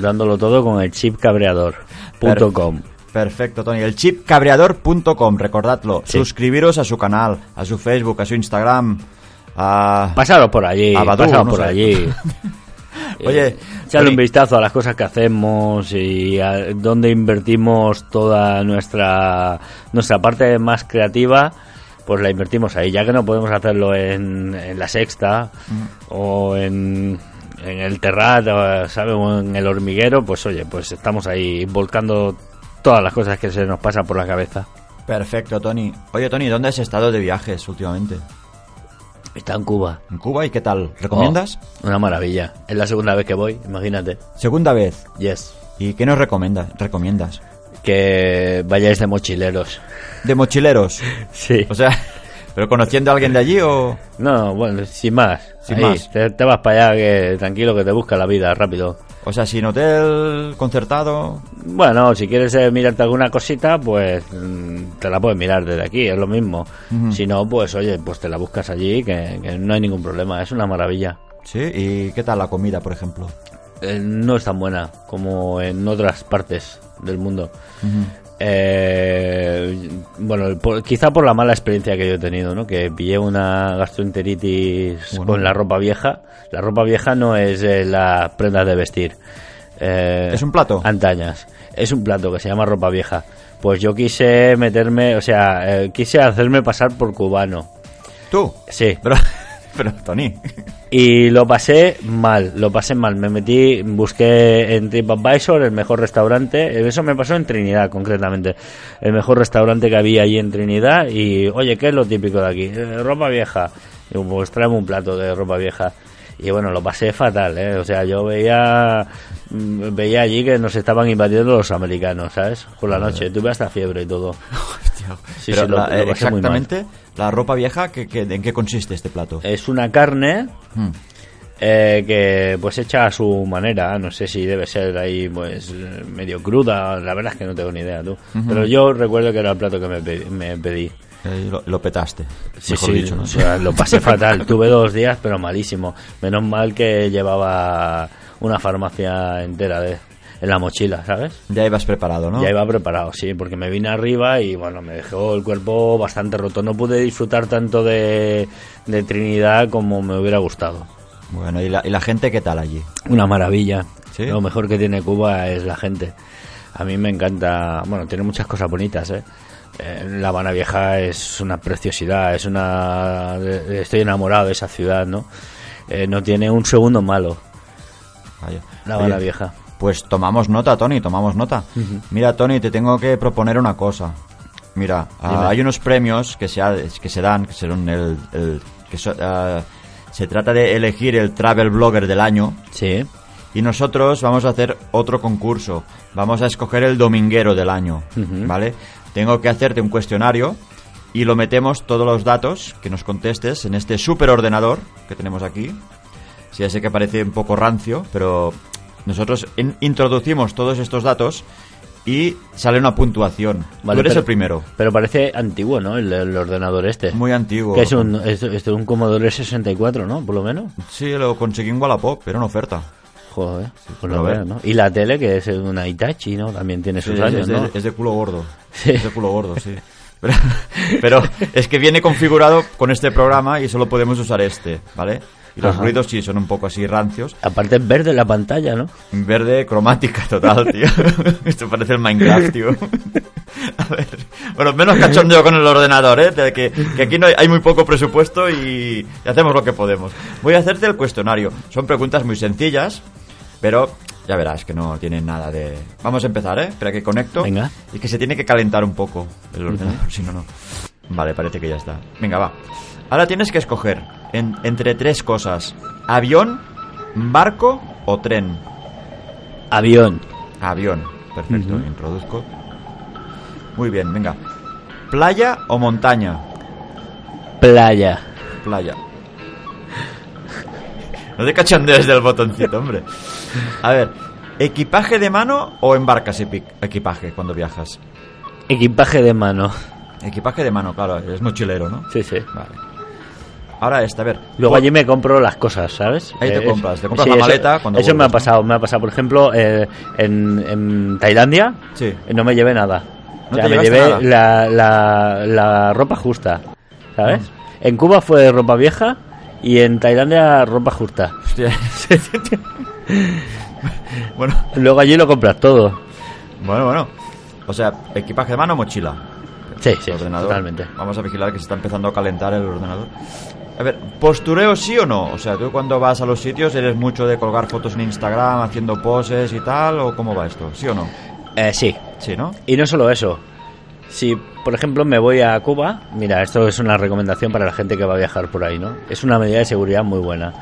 [SPEAKER 6] dándolo todo con el chipcabreador.com.
[SPEAKER 2] Perfecto, Tony. El chipcabreador.com, recordadlo.
[SPEAKER 6] Sí.
[SPEAKER 2] Suscribiros a su canal, a su Facebook, a su Instagram. A...
[SPEAKER 6] Pasaros por allí,
[SPEAKER 2] A Badoo,
[SPEAKER 6] pasaros
[SPEAKER 2] no
[SPEAKER 6] por
[SPEAKER 2] sé.
[SPEAKER 6] allí.
[SPEAKER 2] <laughs>
[SPEAKER 6] Eh,
[SPEAKER 2] Oye,
[SPEAKER 6] echarle
[SPEAKER 2] Tony.
[SPEAKER 6] un vistazo a las cosas que hacemos y a dónde invertimos toda nuestra nuestra parte más creativa, pues la invertimos ahí, ya que no podemos hacerlo en, en la sexta
[SPEAKER 2] Mm.
[SPEAKER 6] o en, en el Terrat, o, ¿sabe? o en el hormiguero, pues oye, pues estamos ahí volcando todas las cosas que se nos pasan por la cabeza.
[SPEAKER 2] Perfecto, Tony. Oye, Tony, ¿dónde has estado de viajes últimamente?
[SPEAKER 6] Está en Cuba.
[SPEAKER 2] ¿En Cuba y qué tal? ¿Recomiendas?
[SPEAKER 6] Oh, una maravilla. Es la segunda vez que voy, imagínate.
[SPEAKER 2] Segunda vez.
[SPEAKER 6] Yes.
[SPEAKER 2] ¿Y qué nos recomiendas? recomiendas?
[SPEAKER 6] Que vayáis de
[SPEAKER 2] <laughs>
[SPEAKER 6] mochileros.
[SPEAKER 2] De mochileros.
[SPEAKER 6] Sí.
[SPEAKER 2] O sea, ¿pero conociendo a alguien de allí o...?
[SPEAKER 6] No, bueno, sin más.
[SPEAKER 2] Sin
[SPEAKER 6] Ahí,
[SPEAKER 2] más.
[SPEAKER 6] Te, te vas para allá, que tranquilo, que te busca la vida, rápido.
[SPEAKER 2] O sea, sin hotel, concertado...
[SPEAKER 6] Bueno, si quieres eh, mirarte alguna cosita, pues mm, te la puedes mirar desde aquí, es lo mismo. Si no, pues oye, pues te la buscas allí, que, que no hay ningún problema, es una maravilla.
[SPEAKER 2] ¿Sí? ¿Y qué tal la comida, por ejemplo?
[SPEAKER 6] Eh, no es tan buena como en otras partes del mundo. Eh, bueno, por- quizá por la mala experiencia que yo he tenido, ¿no? Que pillé una gastroenteritis
[SPEAKER 2] Bueno.
[SPEAKER 6] con la ropa vieja. La ropa vieja no es eh, la prenda de vestir. Eh,
[SPEAKER 2] ¿Es un plato?
[SPEAKER 6] Antañas. Es un plato que se llama ropa vieja. Pues yo quise meterme, o sea, eh, quise hacerme pasar por cubano.
[SPEAKER 2] ¿Tú?
[SPEAKER 6] Sí.
[SPEAKER 2] Pero, <laughs> pero Tony...
[SPEAKER 6] Y lo pasé mal, lo pasé mal. Me metí, busqué en TripAdvisor el mejor restaurante. Eso me pasó en Trinidad, concretamente. El mejor restaurante que había allí en Trinidad. Y, oye, ¿qué es lo típico de aquí? "Eh, ropa vieja. Digo, pues tráeme un plato de ropa vieja. Y bueno, lo pasé fatal, ¿eh? O sea, yo veía, mm, veía allí que nos estaban invadiendo los americanos, ¿sabes? Por la noche. Tuve hasta fiebre y todo. Sí,
[SPEAKER 2] Pero
[SPEAKER 6] sí, lo-
[SPEAKER 2] la-
[SPEAKER 6] lo
[SPEAKER 2] eh,
[SPEAKER 6] pasé muy mal.
[SPEAKER 2] exactamente, la ropa vieja, ¿qué- qué- ¿en qué consiste este plato?
[SPEAKER 6] Es una carne
[SPEAKER 2] Mm.
[SPEAKER 6] eh, que pues hecha a su manera, no sé si debe ser ahí pues eh, medio cruda, la verdad es que no tengo ni idea tú. Pero yo recuerdo que era el plato que me pedí. me pedí.
[SPEAKER 2] Eh, lo, lo petaste.
[SPEAKER 6] Sí,
[SPEAKER 2] mejor
[SPEAKER 6] sí,
[SPEAKER 2] dicho, ¿no?
[SPEAKER 6] o sea, lo pasé
[SPEAKER 2] <laughs>
[SPEAKER 6] fatal, tuve dos días pero malísimo. Menos mal que llevaba una farmacia entera de, en la mochila, ¿sabes?
[SPEAKER 2] Ya ibas preparado, ¿no?
[SPEAKER 6] Ya iba preparado, sí, porque me vine arriba y bueno, me dejó el cuerpo bastante roto. No pude disfrutar tanto de, de Trinidad como me hubiera gustado.
[SPEAKER 2] Bueno, ¿y la, y la gente qué tal allí?
[SPEAKER 6] Una maravilla.
[SPEAKER 2] ¿Sí?
[SPEAKER 6] Lo mejor que tiene Cuba es la gente. A mí me encanta. Bueno, tiene muchas cosas bonitas, ¿eh? Eh, La Habana Vieja es una preciosidad, es una. eh, Estoy enamorado de esa ciudad, ¿no? Eh, no tiene un segundo malo,
[SPEAKER 2] Vaya.
[SPEAKER 6] La
[SPEAKER 2] Oye,
[SPEAKER 6] Habana Vieja.
[SPEAKER 2] Pues tomamos nota, Tony, tomamos nota. Mira, Tony, te tengo que proponer una cosa. Mira, ah, hay unos premios que se, ha- que se dan, que son el... el- que so- ah, se trata de elegir el travel blogger del año
[SPEAKER 6] Sí.
[SPEAKER 2] Y nosotros vamos a hacer otro concurso. Vamos a escoger el dominguero del año, ¿vale? Tengo que hacerte un cuestionario y lo metemos todos los datos que nos contestes en este superordenador que tenemos aquí. Sí, ya sé que parece un poco rancio, pero nosotros en- introducimos todos estos datos y sale una puntuación. Tú eres
[SPEAKER 6] pero-
[SPEAKER 2] el primero.
[SPEAKER 6] Pero parece antiguo, ¿no? El, el ordenador este.
[SPEAKER 2] Muy antiguo.
[SPEAKER 6] Que es un, es, es un Commodore 64, ¿no? Por lo menos.
[SPEAKER 2] Sí, lo conseguí en Wallapop, era una oferta.
[SPEAKER 6] Joder, eh. por
[SPEAKER 2] pero
[SPEAKER 6] lo
[SPEAKER 2] a ver.
[SPEAKER 6] menos, ¿no? Y la tele, que es una Hitachi, ¿no? También tiene sus
[SPEAKER 2] Sí,
[SPEAKER 6] años,
[SPEAKER 2] es, de,
[SPEAKER 6] ¿no?
[SPEAKER 2] es de culo gordo.
[SPEAKER 6] Sí.
[SPEAKER 2] Es de culo gordo, sí. Pero, <laughs> pero es que viene configurado con este programa y solo podemos usar este, ¿vale? Y los
[SPEAKER 6] Ajá.
[SPEAKER 2] ruidos sí son un poco así rancios.
[SPEAKER 6] Aparte es verde la pantalla, ¿no?
[SPEAKER 2] Verde cromática total, tío. <laughs> Esto parece el Minecraft, tío. <laughs> A ver. Bueno, menos cachondeo con el ordenador, ¿eh? De Que, que aquí no hay, hay muy poco presupuesto y, y hacemos lo que podemos. Voy a hacerte el cuestionario. Son preguntas muy sencillas, pero ya verás que no tienen nada de... Vamos a empezar, ¿eh? Espera que conecto.
[SPEAKER 6] Venga.
[SPEAKER 2] Y que se tiene que calentar un poco el ordenador, si no, no. Vale, parece que ya está. Venga, va. Ahora tienes que escoger en- entre tres cosas. Avión, barco o tren.
[SPEAKER 6] Avión.
[SPEAKER 2] Avión. Perfecto, introduzco. Muy bien, venga. ¿Playa o montaña?
[SPEAKER 6] Playa.
[SPEAKER 2] Playa. No te cachondees del botoncito, hombre. A ver, ¿equipaje de mano o embarcas epi- equipaje cuando viajas?
[SPEAKER 6] Equipaje de mano.
[SPEAKER 2] Equipaje de mano, claro, es mochilero, ¿no?
[SPEAKER 6] Sí, sí.
[SPEAKER 2] Vale. Ahora esta, a ver.
[SPEAKER 6] Luego allí me compro las cosas, ¿sabes?
[SPEAKER 2] Ahí te
[SPEAKER 6] Eh,
[SPEAKER 2] compras, te compras la maleta
[SPEAKER 6] Eso,
[SPEAKER 2] cuando
[SPEAKER 6] eso me ha
[SPEAKER 2] vuelves, ¿no?
[SPEAKER 6] pasado, me ha pasado. Por ejemplo, eh, en, en Tailandia
[SPEAKER 2] Sí.
[SPEAKER 6] eh, no me llevé nada.
[SPEAKER 2] ¿No
[SPEAKER 6] o sea,
[SPEAKER 2] te
[SPEAKER 6] me
[SPEAKER 2] llevaste
[SPEAKER 6] llevé la, la, la ropa justa, ¿sabes?
[SPEAKER 2] Mm.
[SPEAKER 6] En Cuba fue ropa vieja y en Tailandia ropa justa.
[SPEAKER 2] Hostia. <laughs> bueno,
[SPEAKER 6] Luego allí lo compras todo.
[SPEAKER 2] bueno, bueno. O sea, equipaje de mano o mochila.
[SPEAKER 6] Sí, sí,
[SPEAKER 2] ordenador.
[SPEAKER 6] totalmente.
[SPEAKER 2] Vamos a vigilar que se está empezando a calentar el ordenador. A ver, postureo sí o no? O sea, tú cuando vas a los sitios eres mucho de colgar fotos en Instagram haciendo poses y tal, o cómo va esto, sí o no?
[SPEAKER 6] Eh, sí,
[SPEAKER 2] Sí, ¿no?
[SPEAKER 6] Y no solo eso. Si, por ejemplo, me voy a Cuba, mira, esto es una recomendación para la gente que va a viajar por ahí, ¿no? Es una medida de seguridad muy buena.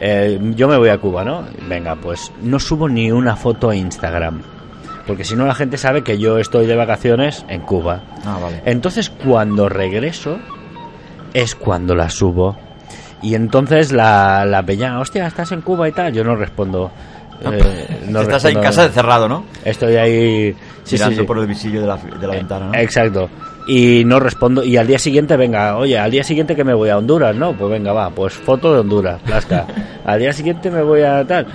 [SPEAKER 6] Eh, yo me voy a Cuba, ¿no? Venga, pues no subo ni una foto a Instagram. Porque si no, la gente sabe que yo estoy de vacaciones en Cuba.
[SPEAKER 2] Ah, vale.
[SPEAKER 6] Entonces, cuando regreso, es cuando la subo. Y entonces la, la peña, hostia, estás en Cuba y tal. Yo no respondo. eh, no
[SPEAKER 2] Ah, pues, Estás ahí en
[SPEAKER 6] respondo
[SPEAKER 2] casa
[SPEAKER 6] nada.
[SPEAKER 2] encerrado, ¿no?
[SPEAKER 6] Estoy ahí. Sí, sí,
[SPEAKER 2] Mirando
[SPEAKER 6] sí. Eh,
[SPEAKER 2] por el visillo de la, de la ventana, ¿no?
[SPEAKER 6] Exacto. Y no respondo. Y al día siguiente, venga, oye, al día siguiente que me voy a Honduras, ¿no? Pues venga, va, pues foto de Honduras, <laughs> plasca. al día siguiente me voy a tal.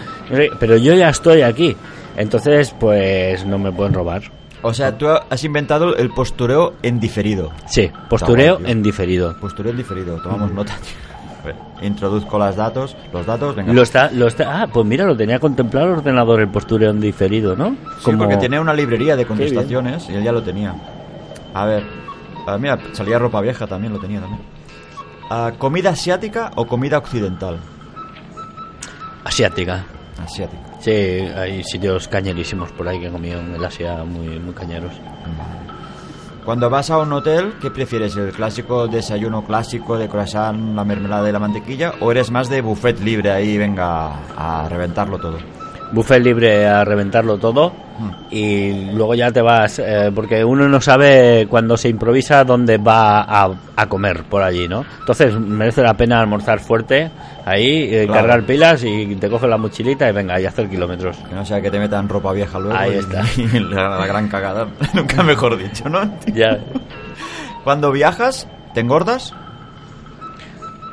[SPEAKER 6] Pero yo ya estoy aquí. Entonces, pues no me pueden robar.
[SPEAKER 2] O sea, tú has inventado el postureo en diferido.
[SPEAKER 6] Sí, postureo
[SPEAKER 2] guay, tío.
[SPEAKER 6] en diferido.
[SPEAKER 2] Postureo en diferido,
[SPEAKER 6] Mm.
[SPEAKER 2] tomamos nota. tío. A ver, introduzco los datos, los datos, venga.
[SPEAKER 6] Lo está, lo está. Ah, pues mira, lo tenía contemplado el ordenador el postureo en diferido, ¿no?
[SPEAKER 2] Sí, porque tenía una librería de contestaciones y él ya lo tenía. A ver, ah, mira, salía ropa vieja también, lo tenía también. Ah, ¿Comida asiática o comida occidental?
[SPEAKER 6] asiática.
[SPEAKER 2] Asiática.
[SPEAKER 6] Sí, hay sitios cañerísimos por ahí que he comido en el Asia muy, muy cañeros.
[SPEAKER 2] Cuando vas a un hotel, ¿qué prefieres? ¿El clásico desayuno clásico de croissant, la mermelada y la mantequilla? ¿O eres más de buffet libre ahí, venga, a reventarlo todo?
[SPEAKER 6] buffet libre a reventarlo todo
[SPEAKER 2] Mm.
[SPEAKER 6] y luego ya te vas eh, porque uno no sabe cuando se improvisa dónde va a, a comer por allí no entonces merece la pena almorzar fuerte ahí eh,
[SPEAKER 2] Claro.
[SPEAKER 6] cargar pilas y te coges la mochilita y venga y hacer kilómetros
[SPEAKER 2] Que no sea que te metan ropa vieja luego.
[SPEAKER 6] Ahí
[SPEAKER 2] y-
[SPEAKER 6] está.
[SPEAKER 2] <laughs> y la, la gran cagada, <laughs> nunca mejor dicho, ¿no?
[SPEAKER 6] ya
[SPEAKER 2] <laughs> Cuando viajas, ¿te engordas?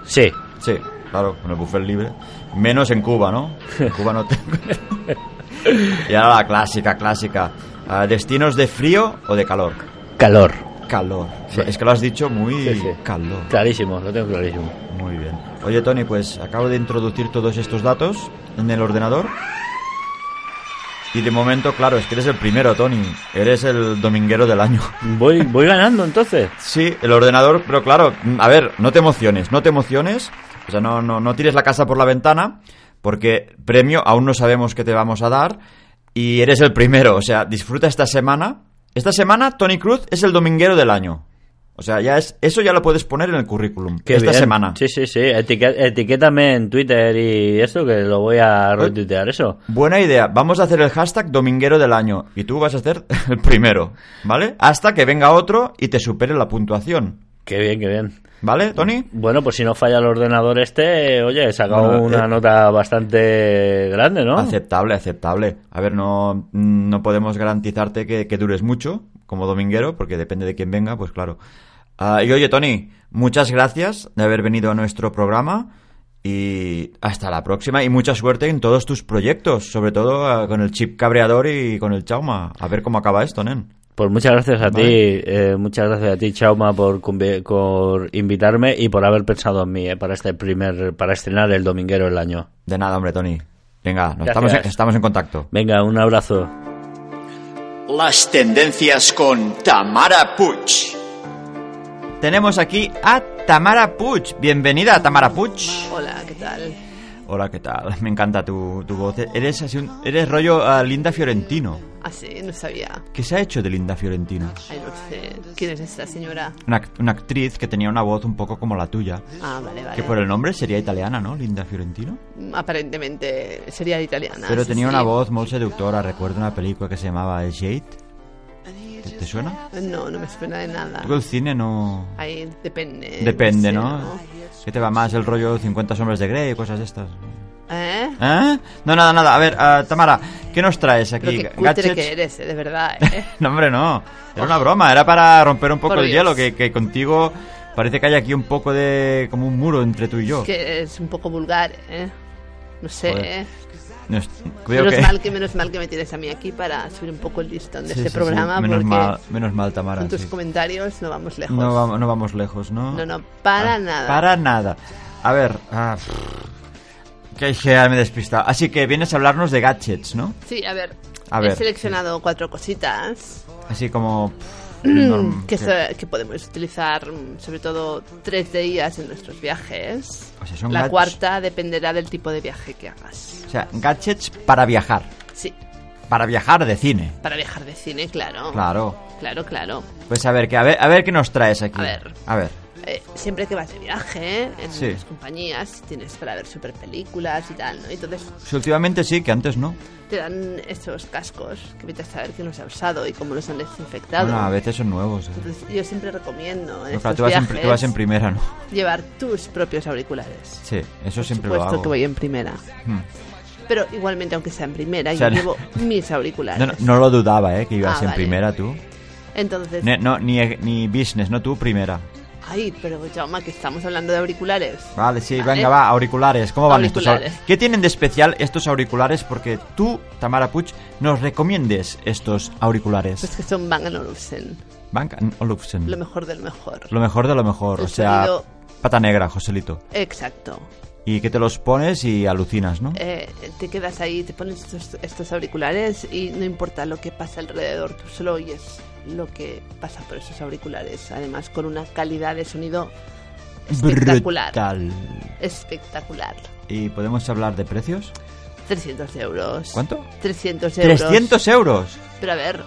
[SPEAKER 6] sí
[SPEAKER 2] Sí, claro, con el buffet libre. Menos en Cuba, ¿no? En Cuba no tengo.
[SPEAKER 6] <laughs>
[SPEAKER 2] y ahora la clásica, clásica. Ah, ¿Destinos de frío o de calor?
[SPEAKER 6] calor
[SPEAKER 2] Calor. Es que lo has dicho muy
[SPEAKER 6] Sí, sí.
[SPEAKER 2] calor.
[SPEAKER 6] clarísimo lo tengo clarísimo
[SPEAKER 2] Muy bien. Oye, Tony, pues acabo de introducir todos estos datos en el ordenador. Y de momento, claro, es que eres el primero, Tony. Eres el dominguero del año.
[SPEAKER 6] voy voy ganando entonces
[SPEAKER 2] Sí, el ordenador, pero claro, mm, a ver, no te emociones, no te emociones, o sea, no, no, no tires la casa por la ventana, porque premio aún no sabemos qué te vamos a dar, y eres el primero, o sea, disfruta esta semana. Esta semana Tony Cruz es el dominguero del año. O sea, ya es, eso ya lo puedes poner en el currículum
[SPEAKER 6] Qué
[SPEAKER 2] esta
[SPEAKER 6] bien.
[SPEAKER 2] semana.
[SPEAKER 6] Sí, sí, sí. Etiqué- etiquétame en Twitter y eso, que lo voy a retuitear eso.
[SPEAKER 2] Buena idea. Vamos a hacer el hashtag dominguero del año. Y tú vas a hacer <laughs> el primero, ¿vale? Hasta que venga otro y te supere la puntuación.
[SPEAKER 6] Qué bien, qué bien.
[SPEAKER 2] ¿Vale, Tony?
[SPEAKER 6] Bueno, pues si no falla el ordenador este, oye, he sacado
[SPEAKER 2] Bueno,
[SPEAKER 6] una
[SPEAKER 2] eh,
[SPEAKER 6] nota bastante grande, ¿no?
[SPEAKER 2] Aceptable, aceptable. A ver, no, no podemos garantizarte que, que dures mucho como dominguero, porque depende de quién venga, pues claro. Ah, y oye, Tony, muchas gracias de haber venido a nuestro programa y hasta la próxima y mucha suerte en todos tus proyectos, sobre todo ah, con el chip cabreador y con el chauma. A ver cómo acaba esto, nen.
[SPEAKER 6] Pues muchas gracias a ti, eh, muchas gracias a ti, Chauma, por, convi- por invitarme y por haber pensado en mí eh, para este primer, para estrenar el dominguero del año.
[SPEAKER 2] De nada, hombre, Tony. Venga, nos
[SPEAKER 6] Gracias.
[SPEAKER 2] estamos, en- estamos en contacto.
[SPEAKER 6] Venga, un abrazo.
[SPEAKER 2] Las tendencias con Tamara Puch. Tenemos aquí a Tamara Puch. Bienvenida, Tamara Puch.
[SPEAKER 7] Hola, ¿qué tal?
[SPEAKER 2] Hola, ¿qué tal? <laughs> Me encanta tu, tu voz. Eres así un- eres rollo ah, Linda Fiorentino.
[SPEAKER 7] Así, Ah, no sabía.
[SPEAKER 2] ¿Qué se ha hecho de Linda Fiorentino?
[SPEAKER 7] Ay, no sé. ¿Quién es esta señora?
[SPEAKER 2] Una, act- una actriz que tenía una voz un poco como la tuya.
[SPEAKER 7] Ah, vale, vale.
[SPEAKER 2] Que por el nombre sería italiana, ¿no? Linda Fiorentino.
[SPEAKER 7] Aparentemente sería italiana.
[SPEAKER 2] Pero
[SPEAKER 7] Ah, sí,
[SPEAKER 2] tenía
[SPEAKER 7] sí.
[SPEAKER 2] una voz muy seductora. Recuerdo una película que se llamaba El Jade. ¿Te, te suena?
[SPEAKER 7] No, no me suena de nada.
[SPEAKER 2] Tú el cine no...
[SPEAKER 7] Ahí depende.
[SPEAKER 2] Depende,
[SPEAKER 7] sé,
[SPEAKER 2] ¿no? ¿Qué te va más el rollo 50 sombras de Grey y cosas de estas?
[SPEAKER 7] ¿Eh?
[SPEAKER 2] ¿Eh? No, nada, nada. A ver, ah, Tamara, ¿qué nos traes
[SPEAKER 7] Pero
[SPEAKER 2] aquí?
[SPEAKER 7] qué cutre
[SPEAKER 2] ¿Gadgets?
[SPEAKER 7] que eres, eh, de verdad,
[SPEAKER 2] <laughs>
[SPEAKER 7] ¿eh?
[SPEAKER 2] No, hombre, no. Era una broma. Era para romper un poco
[SPEAKER 7] Por
[SPEAKER 2] el
[SPEAKER 7] Dios.
[SPEAKER 2] hielo, que, que contigo parece que hay aquí un poco de... como un muro entre tú y yo.
[SPEAKER 7] que es un poco vulgar, ¿eh? No sé,
[SPEAKER 2] Joder,
[SPEAKER 7] ¿eh?
[SPEAKER 2] No es- creo
[SPEAKER 7] Menos
[SPEAKER 2] que- <laughs>
[SPEAKER 7] mal, que, menos mal que me tienes a mí aquí para subir un poco el listón de
[SPEAKER 2] Sí,
[SPEAKER 7] este
[SPEAKER 2] sí, sí.
[SPEAKER 7] programa,
[SPEAKER 2] Menos,
[SPEAKER 7] porque
[SPEAKER 2] mal, menos mal, Tamara.
[SPEAKER 7] con tus
[SPEAKER 2] sí.
[SPEAKER 7] comentarios no vamos lejos.
[SPEAKER 2] No, vamos, no vamos lejos, ¿no?
[SPEAKER 7] No, no, para
[SPEAKER 2] Ah,
[SPEAKER 7] nada.
[SPEAKER 2] Para nada. A ver... ah, pff, que ya me he despistado. Así que vienes a hablarnos de gadgets, ¿no?
[SPEAKER 7] Sí, a ver,
[SPEAKER 2] A
[SPEAKER 7] he
[SPEAKER 2] ver.
[SPEAKER 7] seleccionado cuatro cositas
[SPEAKER 2] Así como... pff, norm-
[SPEAKER 7] Mm, <laughs> que,
[SPEAKER 2] que-
[SPEAKER 7] se- que podemos utilizar, mm, sobre todo tres de ellas en nuestros viajes.
[SPEAKER 2] O sea, son
[SPEAKER 7] La
[SPEAKER 2] gadgets.
[SPEAKER 7] cuarta dependerá del tipo de viaje que hagas.
[SPEAKER 2] O sea, gadgets para viajar.
[SPEAKER 7] Sí,
[SPEAKER 2] Para viajar de cine.
[SPEAKER 7] para viajar de cine, claro.
[SPEAKER 2] Claro.
[SPEAKER 7] Claro, claro.
[SPEAKER 2] Pues a ver, que, a ver, a ver qué nos traes aquí.
[SPEAKER 7] A ver.
[SPEAKER 2] A ver.
[SPEAKER 7] Eh, siempre que vas de viaje, ¿eh? en
[SPEAKER 2] Sí.
[SPEAKER 7] las compañías, tienes para ver super películas y tal, ¿no? Y Entonces
[SPEAKER 2] Sí, pues últimamente sí, que antes no.
[SPEAKER 7] te dan estos cascos que vete a saber quién los ha usado y cómo los han desinfectado.
[SPEAKER 2] Bueno, a veces son nuevos. eh.
[SPEAKER 7] Entonces, Pues yo siempre recomiendo
[SPEAKER 2] Pero
[SPEAKER 7] en
[SPEAKER 2] claro,
[SPEAKER 7] estos
[SPEAKER 2] tú vas, en, pri-
[SPEAKER 7] viajes
[SPEAKER 2] tú vas en primera, ¿no?
[SPEAKER 7] llevar tus propios auriculares.
[SPEAKER 2] Sí, eso siempre lo
[SPEAKER 7] Puesto
[SPEAKER 2] hago.
[SPEAKER 7] que voy en primera.
[SPEAKER 2] Hmm.
[SPEAKER 7] Pero igualmente, aunque sea en primera,
[SPEAKER 2] sea,
[SPEAKER 7] yo
[SPEAKER 2] no-
[SPEAKER 7] llevo mis auriculares.
[SPEAKER 2] No, no, no lo dudaba, ¿eh? Que ibas
[SPEAKER 7] Ah,
[SPEAKER 2] en
[SPEAKER 7] vale.
[SPEAKER 2] primera tú.
[SPEAKER 7] Entonces,
[SPEAKER 2] Ne- no, ni, ni business, no tú primera.
[SPEAKER 7] ay, pero Jaume, que estamos hablando de auriculares.
[SPEAKER 2] Vale, sí,
[SPEAKER 7] Vale.
[SPEAKER 2] venga, va, auriculares. ¿Cómo van estos? aur-
[SPEAKER 7] Auriculares.
[SPEAKER 2] ¿Qué tienen de especial estos auriculares? Porque tú, Tamara Puch, nos recomiendes estos
[SPEAKER 7] Pues
[SPEAKER 2] auriculares.
[SPEAKER 7] que son Bang Olufsen,
[SPEAKER 2] Bank Olufsen.
[SPEAKER 7] lo mejor del mejor.
[SPEAKER 2] Lo mejor de lo mejor, o
[SPEAKER 7] El
[SPEAKER 2] sea,
[SPEAKER 7] sonido-
[SPEAKER 2] pata negra, Joselito.
[SPEAKER 7] Exacto.
[SPEAKER 2] Y que te los pones y alucinas, ¿no?
[SPEAKER 7] Eh, te quedas ahí, te pones estos, estos auriculares y no importa lo que pasa alrededor, tú solo oyes lo que pasa por esos auriculares. Además, con una calidad de sonido espectacular.
[SPEAKER 2] Brutal.
[SPEAKER 7] Espectacular.
[SPEAKER 2] ¿Y podemos hablar de precios?
[SPEAKER 7] 300 euros.
[SPEAKER 2] ¿Cuánto?
[SPEAKER 7] 300 euros.
[SPEAKER 2] 300 euros.
[SPEAKER 7] Pero a ver,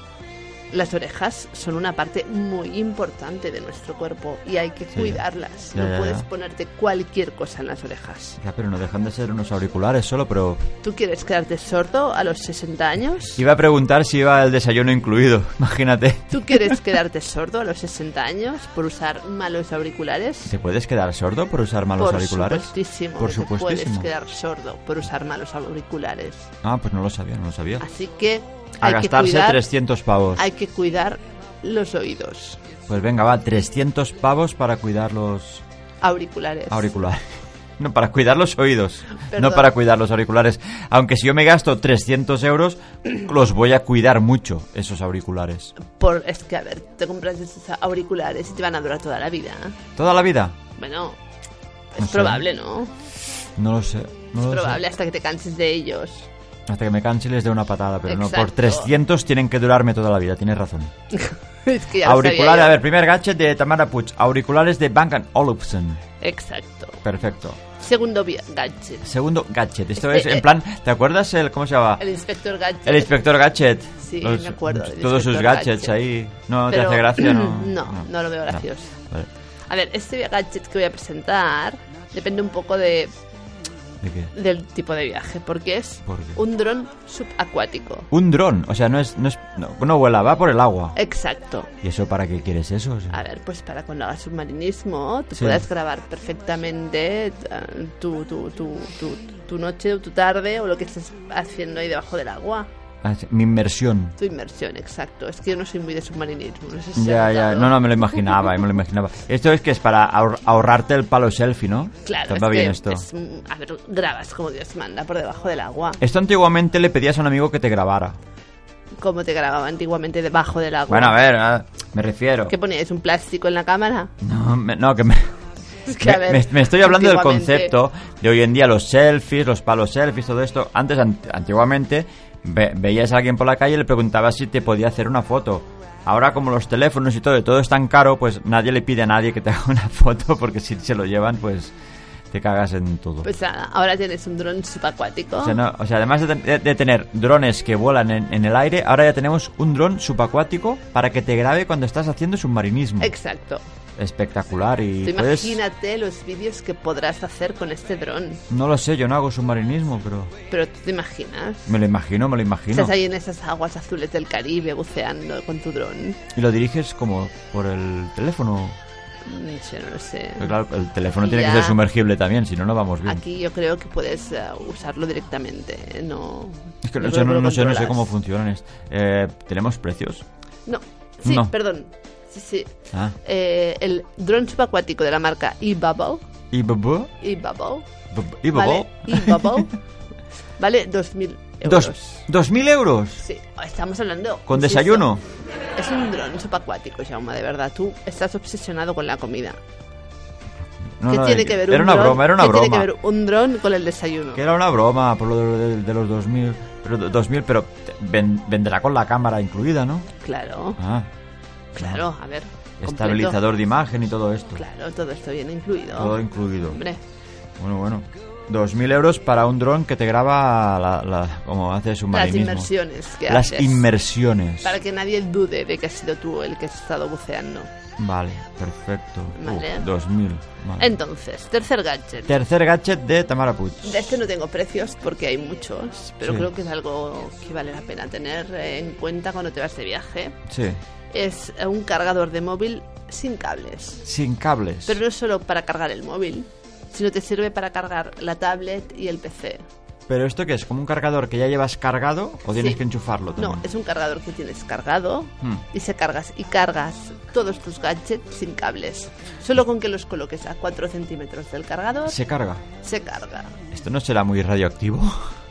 [SPEAKER 7] las orejas son una parte muy importante de nuestro cuerpo y hay que cuidarlas.
[SPEAKER 2] Ya,
[SPEAKER 7] no
[SPEAKER 2] ya,
[SPEAKER 7] puedes
[SPEAKER 2] ya.
[SPEAKER 7] ponerte cualquier cosa en las orejas.
[SPEAKER 2] Ya, pero no dejan de ser unos auriculares solo, pero...
[SPEAKER 7] ¿Tú quieres quedarte sordo a los 60 años?
[SPEAKER 2] Iba a preguntar si iba el desayuno incluido, <laughs> imagínate.
[SPEAKER 7] ¿Tú quieres quedarte sordo a los 60 años por usar malos auriculares?
[SPEAKER 2] ¿Te puedes quedar sordo por usar malos
[SPEAKER 7] por
[SPEAKER 2] auriculares?
[SPEAKER 7] supuestísimo.
[SPEAKER 2] Por
[SPEAKER 7] que te puedes
[SPEAKER 2] supuestísimo.
[SPEAKER 7] quedar sordo por usar malos auriculares.
[SPEAKER 2] Ah, pues no lo sabía, no lo sabía.
[SPEAKER 7] Así que
[SPEAKER 2] A
[SPEAKER 7] hay que,
[SPEAKER 2] gastarse
[SPEAKER 7] cuidar,
[SPEAKER 2] 300 pavos.
[SPEAKER 7] hay que cuidar los oídos.
[SPEAKER 2] Pues venga, va, 300 pavos para cuidar los
[SPEAKER 7] Auriculares.
[SPEAKER 2] auriculares. <laughs> No, para cuidar los oídos, no
[SPEAKER 7] Perdón.
[SPEAKER 2] para cuidar los auriculares. Aunque si yo me gasto 300 euros, los voy a cuidar mucho, esos auriculares.
[SPEAKER 7] Por, es que, a ver, te compras estos auriculares y te van a durar toda la vida.
[SPEAKER 2] ¿Toda la vida?
[SPEAKER 7] Bueno, es
[SPEAKER 2] No sé.
[SPEAKER 7] probable, ¿no?
[SPEAKER 2] No lo sé. no
[SPEAKER 7] es
[SPEAKER 2] lo sé.
[SPEAKER 7] probable hasta que te canses de ellos. <laughs>
[SPEAKER 2] Hasta que me canse y les dé una patada, pero no, por
[SPEAKER 7] Exacto.
[SPEAKER 2] 300 tienen que durarme toda la vida, tienes razón.
[SPEAKER 7] es que ya lo sabía
[SPEAKER 2] auriculares,
[SPEAKER 7] yo.
[SPEAKER 2] a ver, primer gadget de Tamara Puig, auriculares de Bang Olufsen.
[SPEAKER 7] Exacto.
[SPEAKER 2] Perfecto.
[SPEAKER 7] Segundo vi- Gadget.
[SPEAKER 2] Segundo, Gadget. Esto
[SPEAKER 7] Eh,
[SPEAKER 2] es en
[SPEAKER 7] eh.
[SPEAKER 2] plan, ¿te acuerdas el cómo se llamaba?
[SPEAKER 7] El inspector Gadget.
[SPEAKER 2] El inspector Gadget.
[SPEAKER 7] Sí, me acuerdo del
[SPEAKER 2] Todos sus
[SPEAKER 7] inspector
[SPEAKER 2] gadgets
[SPEAKER 7] Gadget.
[SPEAKER 2] ahí. No
[SPEAKER 7] Pero-
[SPEAKER 2] te hace gracia, ¿no?
[SPEAKER 7] <clears throat> No, no lo veo gracioso.
[SPEAKER 2] Vale.
[SPEAKER 7] A ver, este gadget que voy a presentar depende un poco de,
[SPEAKER 2] ¿De qué?
[SPEAKER 7] del tipo de viaje, porque es
[SPEAKER 2] ¿Por qué?
[SPEAKER 7] un dron subacuático.
[SPEAKER 2] Un dron, o sea, no es, no es, no, no vuela, va por el agua.
[SPEAKER 7] Exacto.
[SPEAKER 2] ¿Y eso para qué quieres eso? O sea,
[SPEAKER 7] Eh. A ver, pues para cuando hagas submarinismo, tú
[SPEAKER 2] Sí.
[SPEAKER 7] puedas grabar perfectamente eh, tu, tu, tu, tu, tu noche o tu tarde o lo que estés haciendo ahí debajo del agua.
[SPEAKER 2] ah, sí, Mi inmersión.
[SPEAKER 7] Tu inmersión, exacto. Es que yo no soy muy de submarinismo. No sé si se
[SPEAKER 2] Ya,
[SPEAKER 7] ha
[SPEAKER 2] ya,
[SPEAKER 7] notado.
[SPEAKER 2] no, no, me lo imaginaba, me lo imaginaba. Esto es que es para ahor- ahorrarte el palo selfie, ¿no?
[SPEAKER 7] Claro,
[SPEAKER 2] Te va
[SPEAKER 7] es
[SPEAKER 2] bien
[SPEAKER 7] que
[SPEAKER 2] esto.
[SPEAKER 7] es un- a ver, grabas como Dios manda por debajo del agua.
[SPEAKER 2] Esto antiguamente le pedías a un amigo que te grabara.
[SPEAKER 7] Como te grababa antiguamente debajo del agua.
[SPEAKER 2] Bueno, a ver, ah, me refiero.
[SPEAKER 7] ¿Qué poníais? ¿Un plástico en la cámara?
[SPEAKER 2] No, me- no, que me...
[SPEAKER 7] Es que, a
[SPEAKER 2] <laughs> me-
[SPEAKER 7] ver,
[SPEAKER 2] me, me estoy hablando del
[SPEAKER 7] antiguamente-
[SPEAKER 2] concepto de hoy en día, los selfies, los palos selfies, todo esto. Antes, ant- antiguamente, ve- veías a alguien por la calle y le preguntabas si te podía hacer una foto. Ahora, como los teléfonos y todo, todo es tan caro, pues nadie le pide a nadie que te <laughs> haga una foto, porque si se lo llevan, pues te cagas en todo.
[SPEAKER 7] Pues nada, ahora tienes un dron subacuático.
[SPEAKER 2] O sea, no- o sea, además de, de- de tener drones que vuelan en, en el aire, ahora ya tenemos un dron subacuático para que te grabe cuando estás haciendo submarinismo.
[SPEAKER 7] Exacto.
[SPEAKER 2] Espectacular y pues,
[SPEAKER 7] Tú
[SPEAKER 2] puedes...
[SPEAKER 7] imagínate los vídeos que podrás hacer con este dron.
[SPEAKER 2] No lo sé, yo no hago submarinismo, pero...
[SPEAKER 7] Pero tú te imaginas.
[SPEAKER 2] Me lo imagino, me lo imagino.
[SPEAKER 7] Estás ahí en esas aguas azules del Caribe buceando con tu dron.
[SPEAKER 2] Y lo diriges como por el teléfono.
[SPEAKER 7] Mm, Yo no lo sé.
[SPEAKER 2] Pero claro, el teléfono
[SPEAKER 7] Y
[SPEAKER 2] tiene que
[SPEAKER 7] ya.
[SPEAKER 2] ser sumergible también, si no, no vamos bien.
[SPEAKER 7] Aquí yo creo que puedes eh, usarlo directamente. ¿eh? No.
[SPEAKER 2] Es que
[SPEAKER 7] yo
[SPEAKER 2] no, sé,
[SPEAKER 7] creo
[SPEAKER 2] no,
[SPEAKER 7] lo
[SPEAKER 2] no sé, no sé
[SPEAKER 7] controlas.
[SPEAKER 2] cómo funcionan. est- Eh, ¿Tenemos precios?
[SPEAKER 7] No. Sí,
[SPEAKER 2] No.
[SPEAKER 7] perdón. Sí, sí.
[SPEAKER 2] Ah.
[SPEAKER 7] Eh, el dron subacuático de la marca eBubble.
[SPEAKER 2] ¿Y bubú?
[SPEAKER 7] eBubble.
[SPEAKER 2] ¿Y bubú?
[SPEAKER 7] Vale, eBubble.
[SPEAKER 2] <laughs>
[SPEAKER 7] vale 2.000 euros.
[SPEAKER 2] Dos, ¿Dos mil euros?
[SPEAKER 7] Sí, estamos hablando.
[SPEAKER 2] ¿Con
[SPEAKER 7] insisto,
[SPEAKER 2] desayuno?
[SPEAKER 7] Es un dron subacuático, Jaume, de verdad. Tú estás obsesionado con la comida.
[SPEAKER 2] No,
[SPEAKER 7] ¿Qué
[SPEAKER 2] no,
[SPEAKER 7] tiene
[SPEAKER 2] eh,
[SPEAKER 7] que ver
[SPEAKER 2] Era
[SPEAKER 7] un
[SPEAKER 2] una
[SPEAKER 7] dron-
[SPEAKER 2] broma, era una
[SPEAKER 7] ¿qué
[SPEAKER 2] broma.
[SPEAKER 7] tiene que ver un dron con el desayuno?
[SPEAKER 2] Que era una broma por lo de, de- de los dos mil. Pero do- dos mil, pero te- ven- vendrá con la cámara incluida, ¿no?
[SPEAKER 7] Claro,
[SPEAKER 2] Ah.
[SPEAKER 7] claro, a ver. completo.
[SPEAKER 2] Estabilizador de imagen y todo esto.
[SPEAKER 7] Claro, todo esto viene incluido.
[SPEAKER 2] Todo incluido.
[SPEAKER 7] Hombre,
[SPEAKER 2] Bueno, bueno. 2.000 euros para un dron que te graba, la, la- como hace
[SPEAKER 7] las
[SPEAKER 2] submarinismo.
[SPEAKER 7] inversiones que
[SPEAKER 2] Las
[SPEAKER 7] haces.
[SPEAKER 2] inmersiones.
[SPEAKER 7] Para que nadie dude de que has sido tú el que has estado buceando.
[SPEAKER 2] Vale, perfecto.
[SPEAKER 7] Vale.
[SPEAKER 2] Uh, 2.000. vale.
[SPEAKER 7] Entonces, tercer gadget.
[SPEAKER 2] Tercer gadget de Tamara Puig.
[SPEAKER 7] De este no tengo precios porque hay muchos, pero
[SPEAKER 2] Sí.
[SPEAKER 7] creo que es algo que vale la pena tener en cuenta cuando te vas de viaje.
[SPEAKER 2] Sí,
[SPEAKER 7] Es un cargador de móvil sin cables.
[SPEAKER 2] sin cables.
[SPEAKER 7] Pero no solo para cargar el móvil, sino te sirve para cargar la tablet y el PC.
[SPEAKER 2] ¿Pero esto qué es? ¿Como un cargador que ya llevas cargado o tienes
[SPEAKER 7] Sí.
[SPEAKER 2] que enchufarlo también?
[SPEAKER 7] No, es un cargador que tienes cargado
[SPEAKER 2] Hmm.
[SPEAKER 7] y se cargas y cargas todos tus gadgets sin cables. Solo con que los coloques a 4 centímetros del cargador,
[SPEAKER 2] Se carga.
[SPEAKER 7] se carga.
[SPEAKER 2] ¿Esto no será muy
[SPEAKER 7] <laughs>
[SPEAKER 2] radioactivo?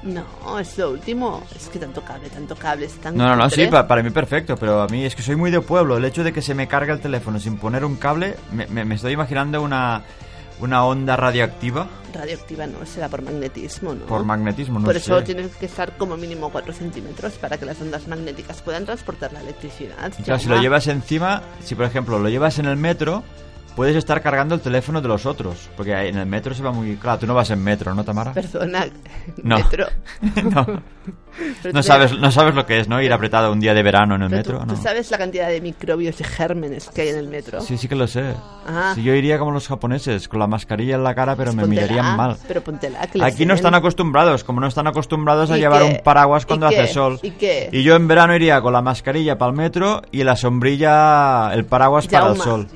[SPEAKER 7] No, es lo último. Es que tanto cable, tanto cable, es tan
[SPEAKER 2] No, no, no, sí,
[SPEAKER 7] cutre.
[SPEAKER 2] pa- para mí perfecto, pero a mí es que soy muy de pueblo. El hecho de que se me cargue el teléfono sin poner un cable, me, me- me estoy imaginando una, una onda radioactiva
[SPEAKER 7] radioactiva no, será por magnetismo, ¿no?
[SPEAKER 2] por magnetismo, no
[SPEAKER 7] por
[SPEAKER 2] sé.
[SPEAKER 7] eso tienes que estar como mínimo 4 centímetros para que las ondas magnéticas puedan transportar la electricidad.
[SPEAKER 2] Y claro, si lo
[SPEAKER 7] Jaume.
[SPEAKER 2] llevas encima, si por ejemplo lo llevas en el metro, puedes estar cargando el teléfono de los otros, porque en el metro se va muy... Claro, tú no vas en metro, ¿no, Tamara?
[SPEAKER 7] Perdona,
[SPEAKER 2] No.
[SPEAKER 7] metro.
[SPEAKER 2] <laughs> no,
[SPEAKER 7] <laughs> Pero
[SPEAKER 2] no
[SPEAKER 7] tú-
[SPEAKER 2] sabes, no sabes lo que es, ¿no? Ir apretado un día de verano en el
[SPEAKER 7] pero
[SPEAKER 2] metro,
[SPEAKER 7] tú,
[SPEAKER 2] ¿no?
[SPEAKER 7] tú sabes la cantidad de microbios y gérmenes que hay en el metro?
[SPEAKER 2] Sí, sí que lo sé.
[SPEAKER 7] Ah.
[SPEAKER 2] Si yo iría como los japoneses, con la mascarilla en la cara, pero
[SPEAKER 7] Pues
[SPEAKER 2] me
[SPEAKER 7] póntela,
[SPEAKER 2] mirarían mal.
[SPEAKER 7] Pero póntela, que les
[SPEAKER 2] Aquí no
[SPEAKER 7] den.
[SPEAKER 2] están acostumbrados, como no están acostumbrados a
[SPEAKER 7] ¿Y
[SPEAKER 2] llevar
[SPEAKER 7] qué?
[SPEAKER 2] un paraguas
[SPEAKER 7] ¿Y
[SPEAKER 2] cuando
[SPEAKER 7] qué?
[SPEAKER 2] hace sol.
[SPEAKER 7] ¿Y qué?
[SPEAKER 2] yo en verano iría con la mascarilla para el metro y la sombrilla, el paraguas para el
[SPEAKER 7] Jaume,
[SPEAKER 2] sol.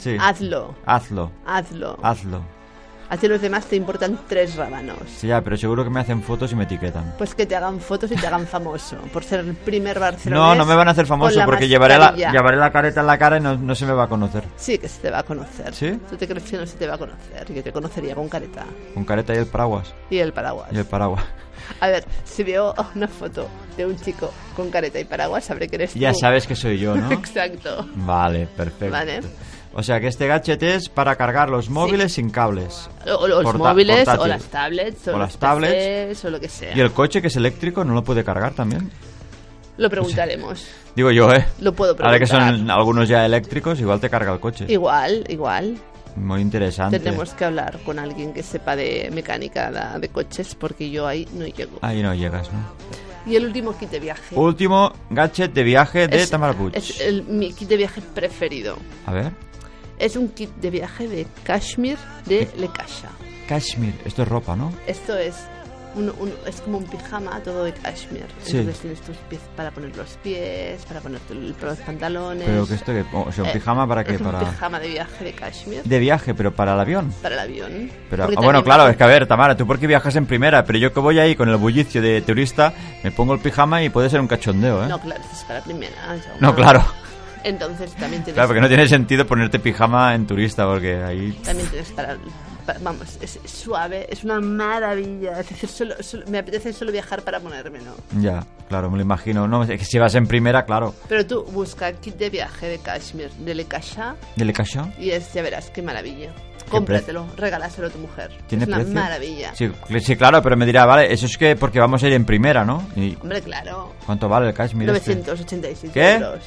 [SPEAKER 2] Sí.
[SPEAKER 7] Hazlo,
[SPEAKER 2] Hazlo,
[SPEAKER 7] hazlo.
[SPEAKER 2] hazlo.
[SPEAKER 7] A ti los demás te importan tres rábanos.
[SPEAKER 2] Sí, ya, pero seguro que me hacen fotos y me etiquetan.
[SPEAKER 7] Pues que te hagan fotos y te hagan famoso por ser el primer barcelonés.
[SPEAKER 2] No, no me van a hacer
[SPEAKER 7] con
[SPEAKER 2] famoso
[SPEAKER 7] la
[SPEAKER 2] porque llevaré la,
[SPEAKER 7] mascarilla.
[SPEAKER 2] llevaré la careta en la cara y no, no se me va a conocer.
[SPEAKER 7] Sí, que se te va a conocer.
[SPEAKER 2] ¿Sí?
[SPEAKER 7] ¿Tú te crees que no se te va a conocer? Yo te conocería con careta
[SPEAKER 2] Con careta y el paraguas.
[SPEAKER 7] y el paraguas.
[SPEAKER 2] Y el paraguas. <laughs>
[SPEAKER 7] A ver, si veo una foto de un chico con careta y paraguas, sabré que eres
[SPEAKER 2] Ya
[SPEAKER 7] tú.
[SPEAKER 2] sabes que soy yo, ¿no?
[SPEAKER 7] <laughs> Exacto.
[SPEAKER 2] Vale, perfecto.
[SPEAKER 7] Vale.
[SPEAKER 2] O sea que este gadget es para cargar los móviles sin cables.
[SPEAKER 7] O, o los
[SPEAKER 2] Porta-
[SPEAKER 7] móviles, o
[SPEAKER 2] portátil.
[SPEAKER 7] las tablets, o,
[SPEAKER 2] O
[SPEAKER 7] los
[SPEAKER 2] las tablets.
[SPEAKER 7] PCs, o lo que sea.
[SPEAKER 2] ¿Y el coche que es eléctrico no lo puede cargar también?
[SPEAKER 7] Lo
[SPEAKER 2] <laughs>
[SPEAKER 7] preguntaremos.
[SPEAKER 2] Digo yo, ¿eh?
[SPEAKER 7] Lo puedo
[SPEAKER 2] Ahora que
[SPEAKER 7] preguntar.
[SPEAKER 2] son algunos ya eléctricos, igual te carga el coche.
[SPEAKER 7] Igual, igual.
[SPEAKER 2] Muy interesante.
[SPEAKER 7] Tendremos que hablar con alguien que sepa de mecánica da- de coches porque yo ahí no llego.
[SPEAKER 2] Ahí no llegas, ¿no?
[SPEAKER 7] Y el último kit de viaje.
[SPEAKER 2] Último gadget de viaje de Tamara Puig.
[SPEAKER 7] es el- mi kit de viaje preferido.
[SPEAKER 2] A ver.
[SPEAKER 7] Es un kit de viaje de cashmere de Le Caixa.
[SPEAKER 2] Cashmere. Esto es ropa, ¿no?
[SPEAKER 7] Esto es un- un- es como un pijama todo de cashmere.
[SPEAKER 2] Sí.
[SPEAKER 7] Entonces tienes tus pies para poner los pies, para poner los pantalones.
[SPEAKER 2] Pero que esto que... O sea, un
[SPEAKER 7] Eh,
[SPEAKER 2] pijama para qué?
[SPEAKER 7] es un
[SPEAKER 2] Para...
[SPEAKER 7] pijama de viaje de cashmere
[SPEAKER 2] De viaje, pero para el avión.
[SPEAKER 7] para el avión.
[SPEAKER 2] Pero,
[SPEAKER 7] Porque
[SPEAKER 2] ah, bueno,
[SPEAKER 7] también
[SPEAKER 2] claro,
[SPEAKER 7] va-
[SPEAKER 2] es que a ver, Tamara, tú porque viajas en primera, pero yo que voy ahí con el bullicio de turista, me pongo el pijama y puede ser un cachondeo, ¿eh?
[SPEAKER 7] No, claro, es para la primera. Jaume.
[SPEAKER 2] No, claro.
[SPEAKER 7] Entonces también tienes,
[SPEAKER 2] Claro, porque no tiene sentido ponerte pijama en turista, porque ahí...
[SPEAKER 7] también tienes para, para- Vamos, es es suave, es una maravilla. Es decir, solo, solo- me apetece solo viajar para ponérmelo.
[SPEAKER 2] Ya, claro, me lo imagino. No, es que si vas en primera, claro.
[SPEAKER 7] Pero tú busca kit de viaje de cashmere de Le Cachat
[SPEAKER 2] ¿Del cachón?
[SPEAKER 7] y es, ya verás qué maravilla.
[SPEAKER 2] pre-
[SPEAKER 7] Cómpratelo, regaláselo a tu mujer.
[SPEAKER 2] ¿Tiene
[SPEAKER 7] es una
[SPEAKER 2] precio?
[SPEAKER 7] maravilla.
[SPEAKER 2] Sí, cl- sí, claro, pero me dirá, vale, eso es que porque vamos a ir en primera, ¿no? ¿Y
[SPEAKER 7] Hombre, claro.
[SPEAKER 2] cuánto vale el cashmere? este?
[SPEAKER 7] 986
[SPEAKER 2] ¿Qué?
[SPEAKER 7] euros.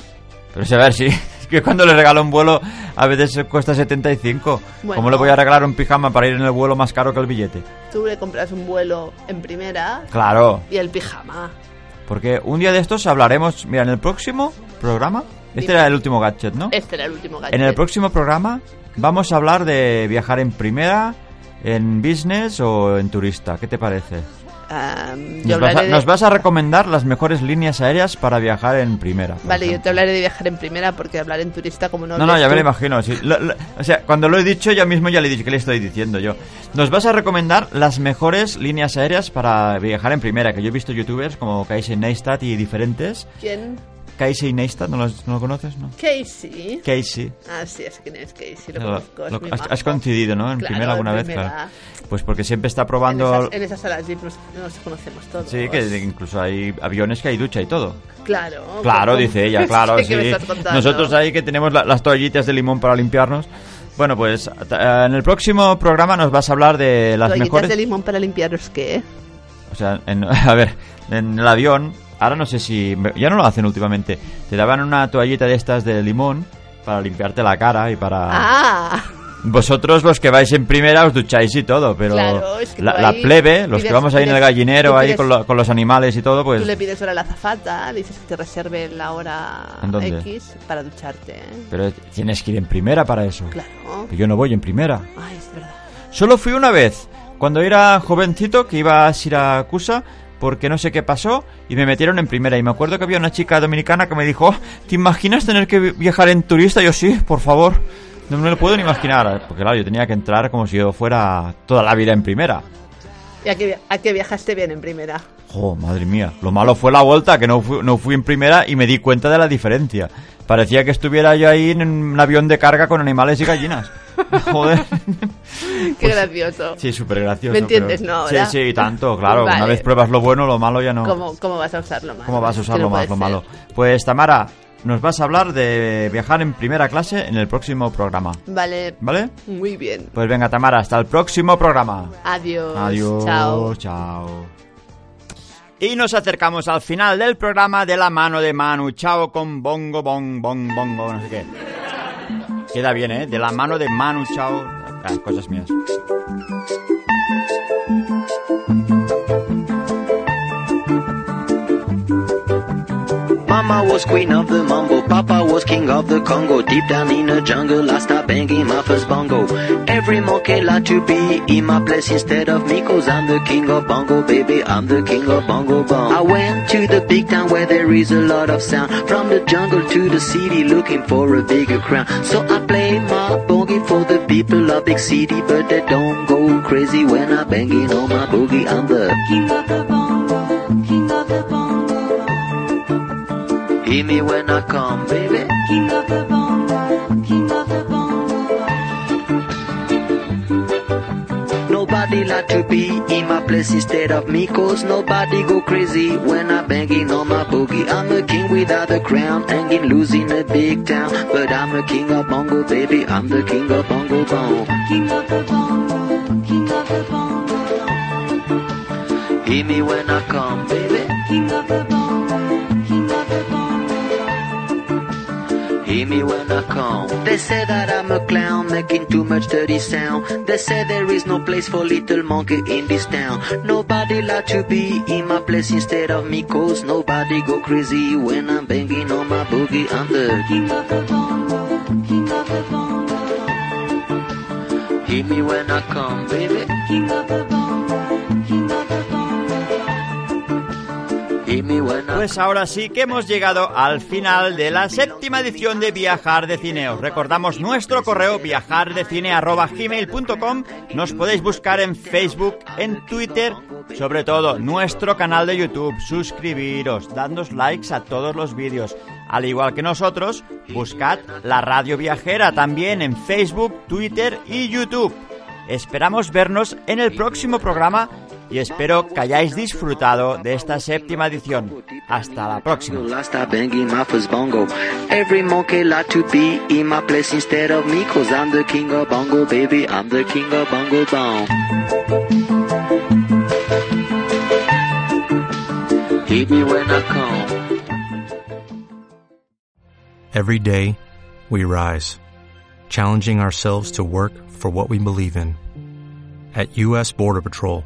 [SPEAKER 2] Pero a ver, sí. <laughs> Es que cuando le regalo un vuelo, a veces cuesta 75.
[SPEAKER 7] Bueno.
[SPEAKER 2] ¿Cómo le voy a regalar un pijama para ir en el vuelo más caro que el billete?
[SPEAKER 7] Tú le compras un vuelo en primera
[SPEAKER 2] Claro,
[SPEAKER 7] y el pijama.
[SPEAKER 2] porque un día de estos hablaremos. Mira, en el próximo programa. Este
[SPEAKER 7] Dime.
[SPEAKER 2] era el último gadget, ¿no?
[SPEAKER 7] Este era el último gadget.
[SPEAKER 2] En el próximo programa vamos a hablar de viajar en primera, en business o en turista. ¿Qué te parece?
[SPEAKER 7] Ah,
[SPEAKER 2] Nos
[SPEAKER 7] yo
[SPEAKER 2] vas, a,
[SPEAKER 7] hablaré de-
[SPEAKER 2] nos vas a recomendar las mejores líneas aéreas para viajar en primera. por
[SPEAKER 7] Vale, yo
[SPEAKER 2] ejemplo.
[SPEAKER 7] te hablaré de viajar en primera porque hablar en turista como no...
[SPEAKER 2] No, no,
[SPEAKER 7] ves
[SPEAKER 2] ya me lo
[SPEAKER 7] tú.
[SPEAKER 2] imagino. sí. Lo- lo- o sea, cuando lo he dicho, yo mismo ya le he dicho que le estoy diciendo yo. Nos vas a recomendar las mejores líneas aéreas para viajar en primera, que yo he visto youtubers como Casey Neistat y diferentes.
[SPEAKER 7] ¿Quién?
[SPEAKER 2] Casey Neistat, ¿no, los- no lo conoces? No.
[SPEAKER 7] Casey.
[SPEAKER 2] Casey.
[SPEAKER 7] Ah, sí, es quién es Casey, lo
[SPEAKER 2] Lo-
[SPEAKER 7] conozco. es
[SPEAKER 2] lo-
[SPEAKER 7] muy
[SPEAKER 2] has,
[SPEAKER 7] majo.
[SPEAKER 2] has coincidido, ¿no? En
[SPEAKER 7] Claro,
[SPEAKER 2] primera alguna
[SPEAKER 7] en
[SPEAKER 2] vez,
[SPEAKER 7] primera.
[SPEAKER 2] claro. Pues porque siempre está
[SPEAKER 7] En
[SPEAKER 2] probando...
[SPEAKER 7] esas, en esas salas VIP nos, nos conocemos todos.
[SPEAKER 2] Sí, que incluso hay aviones que hay ducha y todo.
[SPEAKER 7] Claro.
[SPEAKER 2] Claro,
[SPEAKER 7] ¿cómo? <laughs>
[SPEAKER 2] dice ella, claro,
[SPEAKER 7] ¿Qué
[SPEAKER 2] sí.
[SPEAKER 7] me estás contando?
[SPEAKER 2] Nosotros ahí que tenemos la- las toallitas de limón para limpiarnos. Bueno, pues ta- eh, en el próximo programa nos vas a hablar de las
[SPEAKER 7] Toallitas
[SPEAKER 2] mejores...
[SPEAKER 7] de limón para limpiaros, ¿qué?
[SPEAKER 2] O sea, en- <laughs> a ver, en el avión, ahora no sé si... Ya no lo hacen últimamente. Te daban una toallita de estas de limón para limpiarte la cara y para... <laughs>
[SPEAKER 7] Ah,
[SPEAKER 2] Vosotros los que vais en primera os ducháis y todo, pero
[SPEAKER 7] Claro, es que
[SPEAKER 2] la,
[SPEAKER 7] tú
[SPEAKER 2] la
[SPEAKER 7] ahí
[SPEAKER 2] plebe, los que
[SPEAKER 7] pides-
[SPEAKER 2] vamos ahí en el
[SPEAKER 7] pides-
[SPEAKER 2] gallinero,
[SPEAKER 7] tú
[SPEAKER 2] ahí
[SPEAKER 7] pides-
[SPEAKER 2] con, lo- con los animales y todo, pues...
[SPEAKER 7] tú le pides hora a la azafata, le dices que te reserve la hora
[SPEAKER 2] ¿En dónde?
[SPEAKER 7] X para ducharte. ¿eh?
[SPEAKER 2] Pero tienes que ir en primera para eso.
[SPEAKER 7] Claro.
[SPEAKER 2] Yo no voy en primera.
[SPEAKER 7] Ay, es verdad.
[SPEAKER 2] Solo fui una vez, cuando era jovencito que iba a Siracusa, porque no sé qué pasó, y me metieron en primera. Y me acuerdo que había una chica dominicana que me dijo, "Oh, ¿te imaginas tener que vi- viajar en turista? Yo sí, por favor. No me lo puedo ni imaginar, porque claro, yo tenía que entrar como si yo fuera toda la vida en primera.
[SPEAKER 7] ¿Y a qué, via- a qué viajaste bien en primera? <laughs>
[SPEAKER 2] Oh, madre mía. Lo malo fue la vuelta, que no fui, no fui en primera y me di cuenta de la diferencia. Parecía que estuviera yo ahí en un avión de carga con animales y
[SPEAKER 7] <laughs>
[SPEAKER 2] gallinas. Joder.
[SPEAKER 7] Qué gracioso.
[SPEAKER 2] Pues Sí, súper gracioso.
[SPEAKER 7] ¿Me entiendes,
[SPEAKER 2] pero-
[SPEAKER 7] no, ahora?
[SPEAKER 2] Sí, sí, tanto, claro.
[SPEAKER 7] Vale.
[SPEAKER 2] Una vez pruebas lo bueno, lo malo ya no.
[SPEAKER 7] ¿Cómo, ¿Cómo vas a usar lo malo?
[SPEAKER 2] ¿Cómo vas a
[SPEAKER 7] Es que
[SPEAKER 2] usar
[SPEAKER 7] no
[SPEAKER 2] lo
[SPEAKER 7] puede
[SPEAKER 2] más, lo
[SPEAKER 7] ser.
[SPEAKER 2] malo? Pues Tamara, nos vas a hablar de viajar en primera clase en el próximo programa.
[SPEAKER 7] Vale,
[SPEAKER 2] ¿Vale?
[SPEAKER 7] muy bien.
[SPEAKER 2] Pues venga, Tamara, hasta el próximo programa.
[SPEAKER 7] Adiós.
[SPEAKER 2] Adiós.
[SPEAKER 7] Chao.
[SPEAKER 2] Chao. Y nos acercamos al final del programa de la mano de Manu. Chao con bongo, bong, bong, bongo, no sé qué. Queda bien, ¿eh? De la mano de Manu, chao. Ah, cosas mías.
[SPEAKER 8] Mama was queen of the mambo, Papa was king of the Congo. Deep down in the jungle, I start banging my first bongo. Every monkey like to be in my place instead of me, cause I'm the king of bongo, baby. I'm the king of bongo bong. I went to the big town where there is a lot of sound. From the jungle to the city, looking for a bigger crown. So I play my boogie for the people of big city, but they don't go crazy when I'm banging on my boogie. I'm the
[SPEAKER 9] King of the bongo, king of the bongo,
[SPEAKER 8] hear me when I come, baby.
[SPEAKER 9] king of the bongo, king of the bongo.
[SPEAKER 8] Nobody like to be in my place instead of me Cause nobody go crazy when I'm banging on my boogie I'm a king without a crown, hanging loose in a big town But I'm a king of bongo, baby, I'm the king of bongo bong
[SPEAKER 9] King of the bongo, king of the bongo,
[SPEAKER 8] Hear me when I come, baby
[SPEAKER 9] king of the bongo, king of the bongo.
[SPEAKER 8] Hear me when I come. They say that I'm a clown, making too much dirty sound. They say there is no place for little monkey in this town. Nobody like to be in my place instead of me, cause nobody go crazy when I'm banging on my boogie. I'm the
[SPEAKER 10] King of the bongo, king of the bongo,
[SPEAKER 8] Hear me when I come, baby.
[SPEAKER 10] king of the bongo, king of the bongo.
[SPEAKER 8] Hear me when I
[SPEAKER 2] Pues ahora sí que hemos llegado al final de la séptima edición de Viajar de Cine. Os recordamos nuestro correo viajardecine.gmail.com Nos podéis buscar en Facebook, en Twitter, sobre todo nuestro canal de YouTube. Suscribiros, dadnos likes a todos los vídeos. Al igual que nosotros, buscad la radio viajera también en Facebook, Twitter y YouTube. Esperamos vernos en el próximo programa y espero que hayáis disfrutado de esta séptima edición. Hasta la próxima.
[SPEAKER 8] Last I banging my first bongo. Every monkey like to be in my place instead of me, cause I'm the king of bongo, baby. I'm the king of bongo bong. Hit me when I come.
[SPEAKER 11] Every day, we rise, challenging ourselves to work for what we believe in. At U.S. Border Patrol,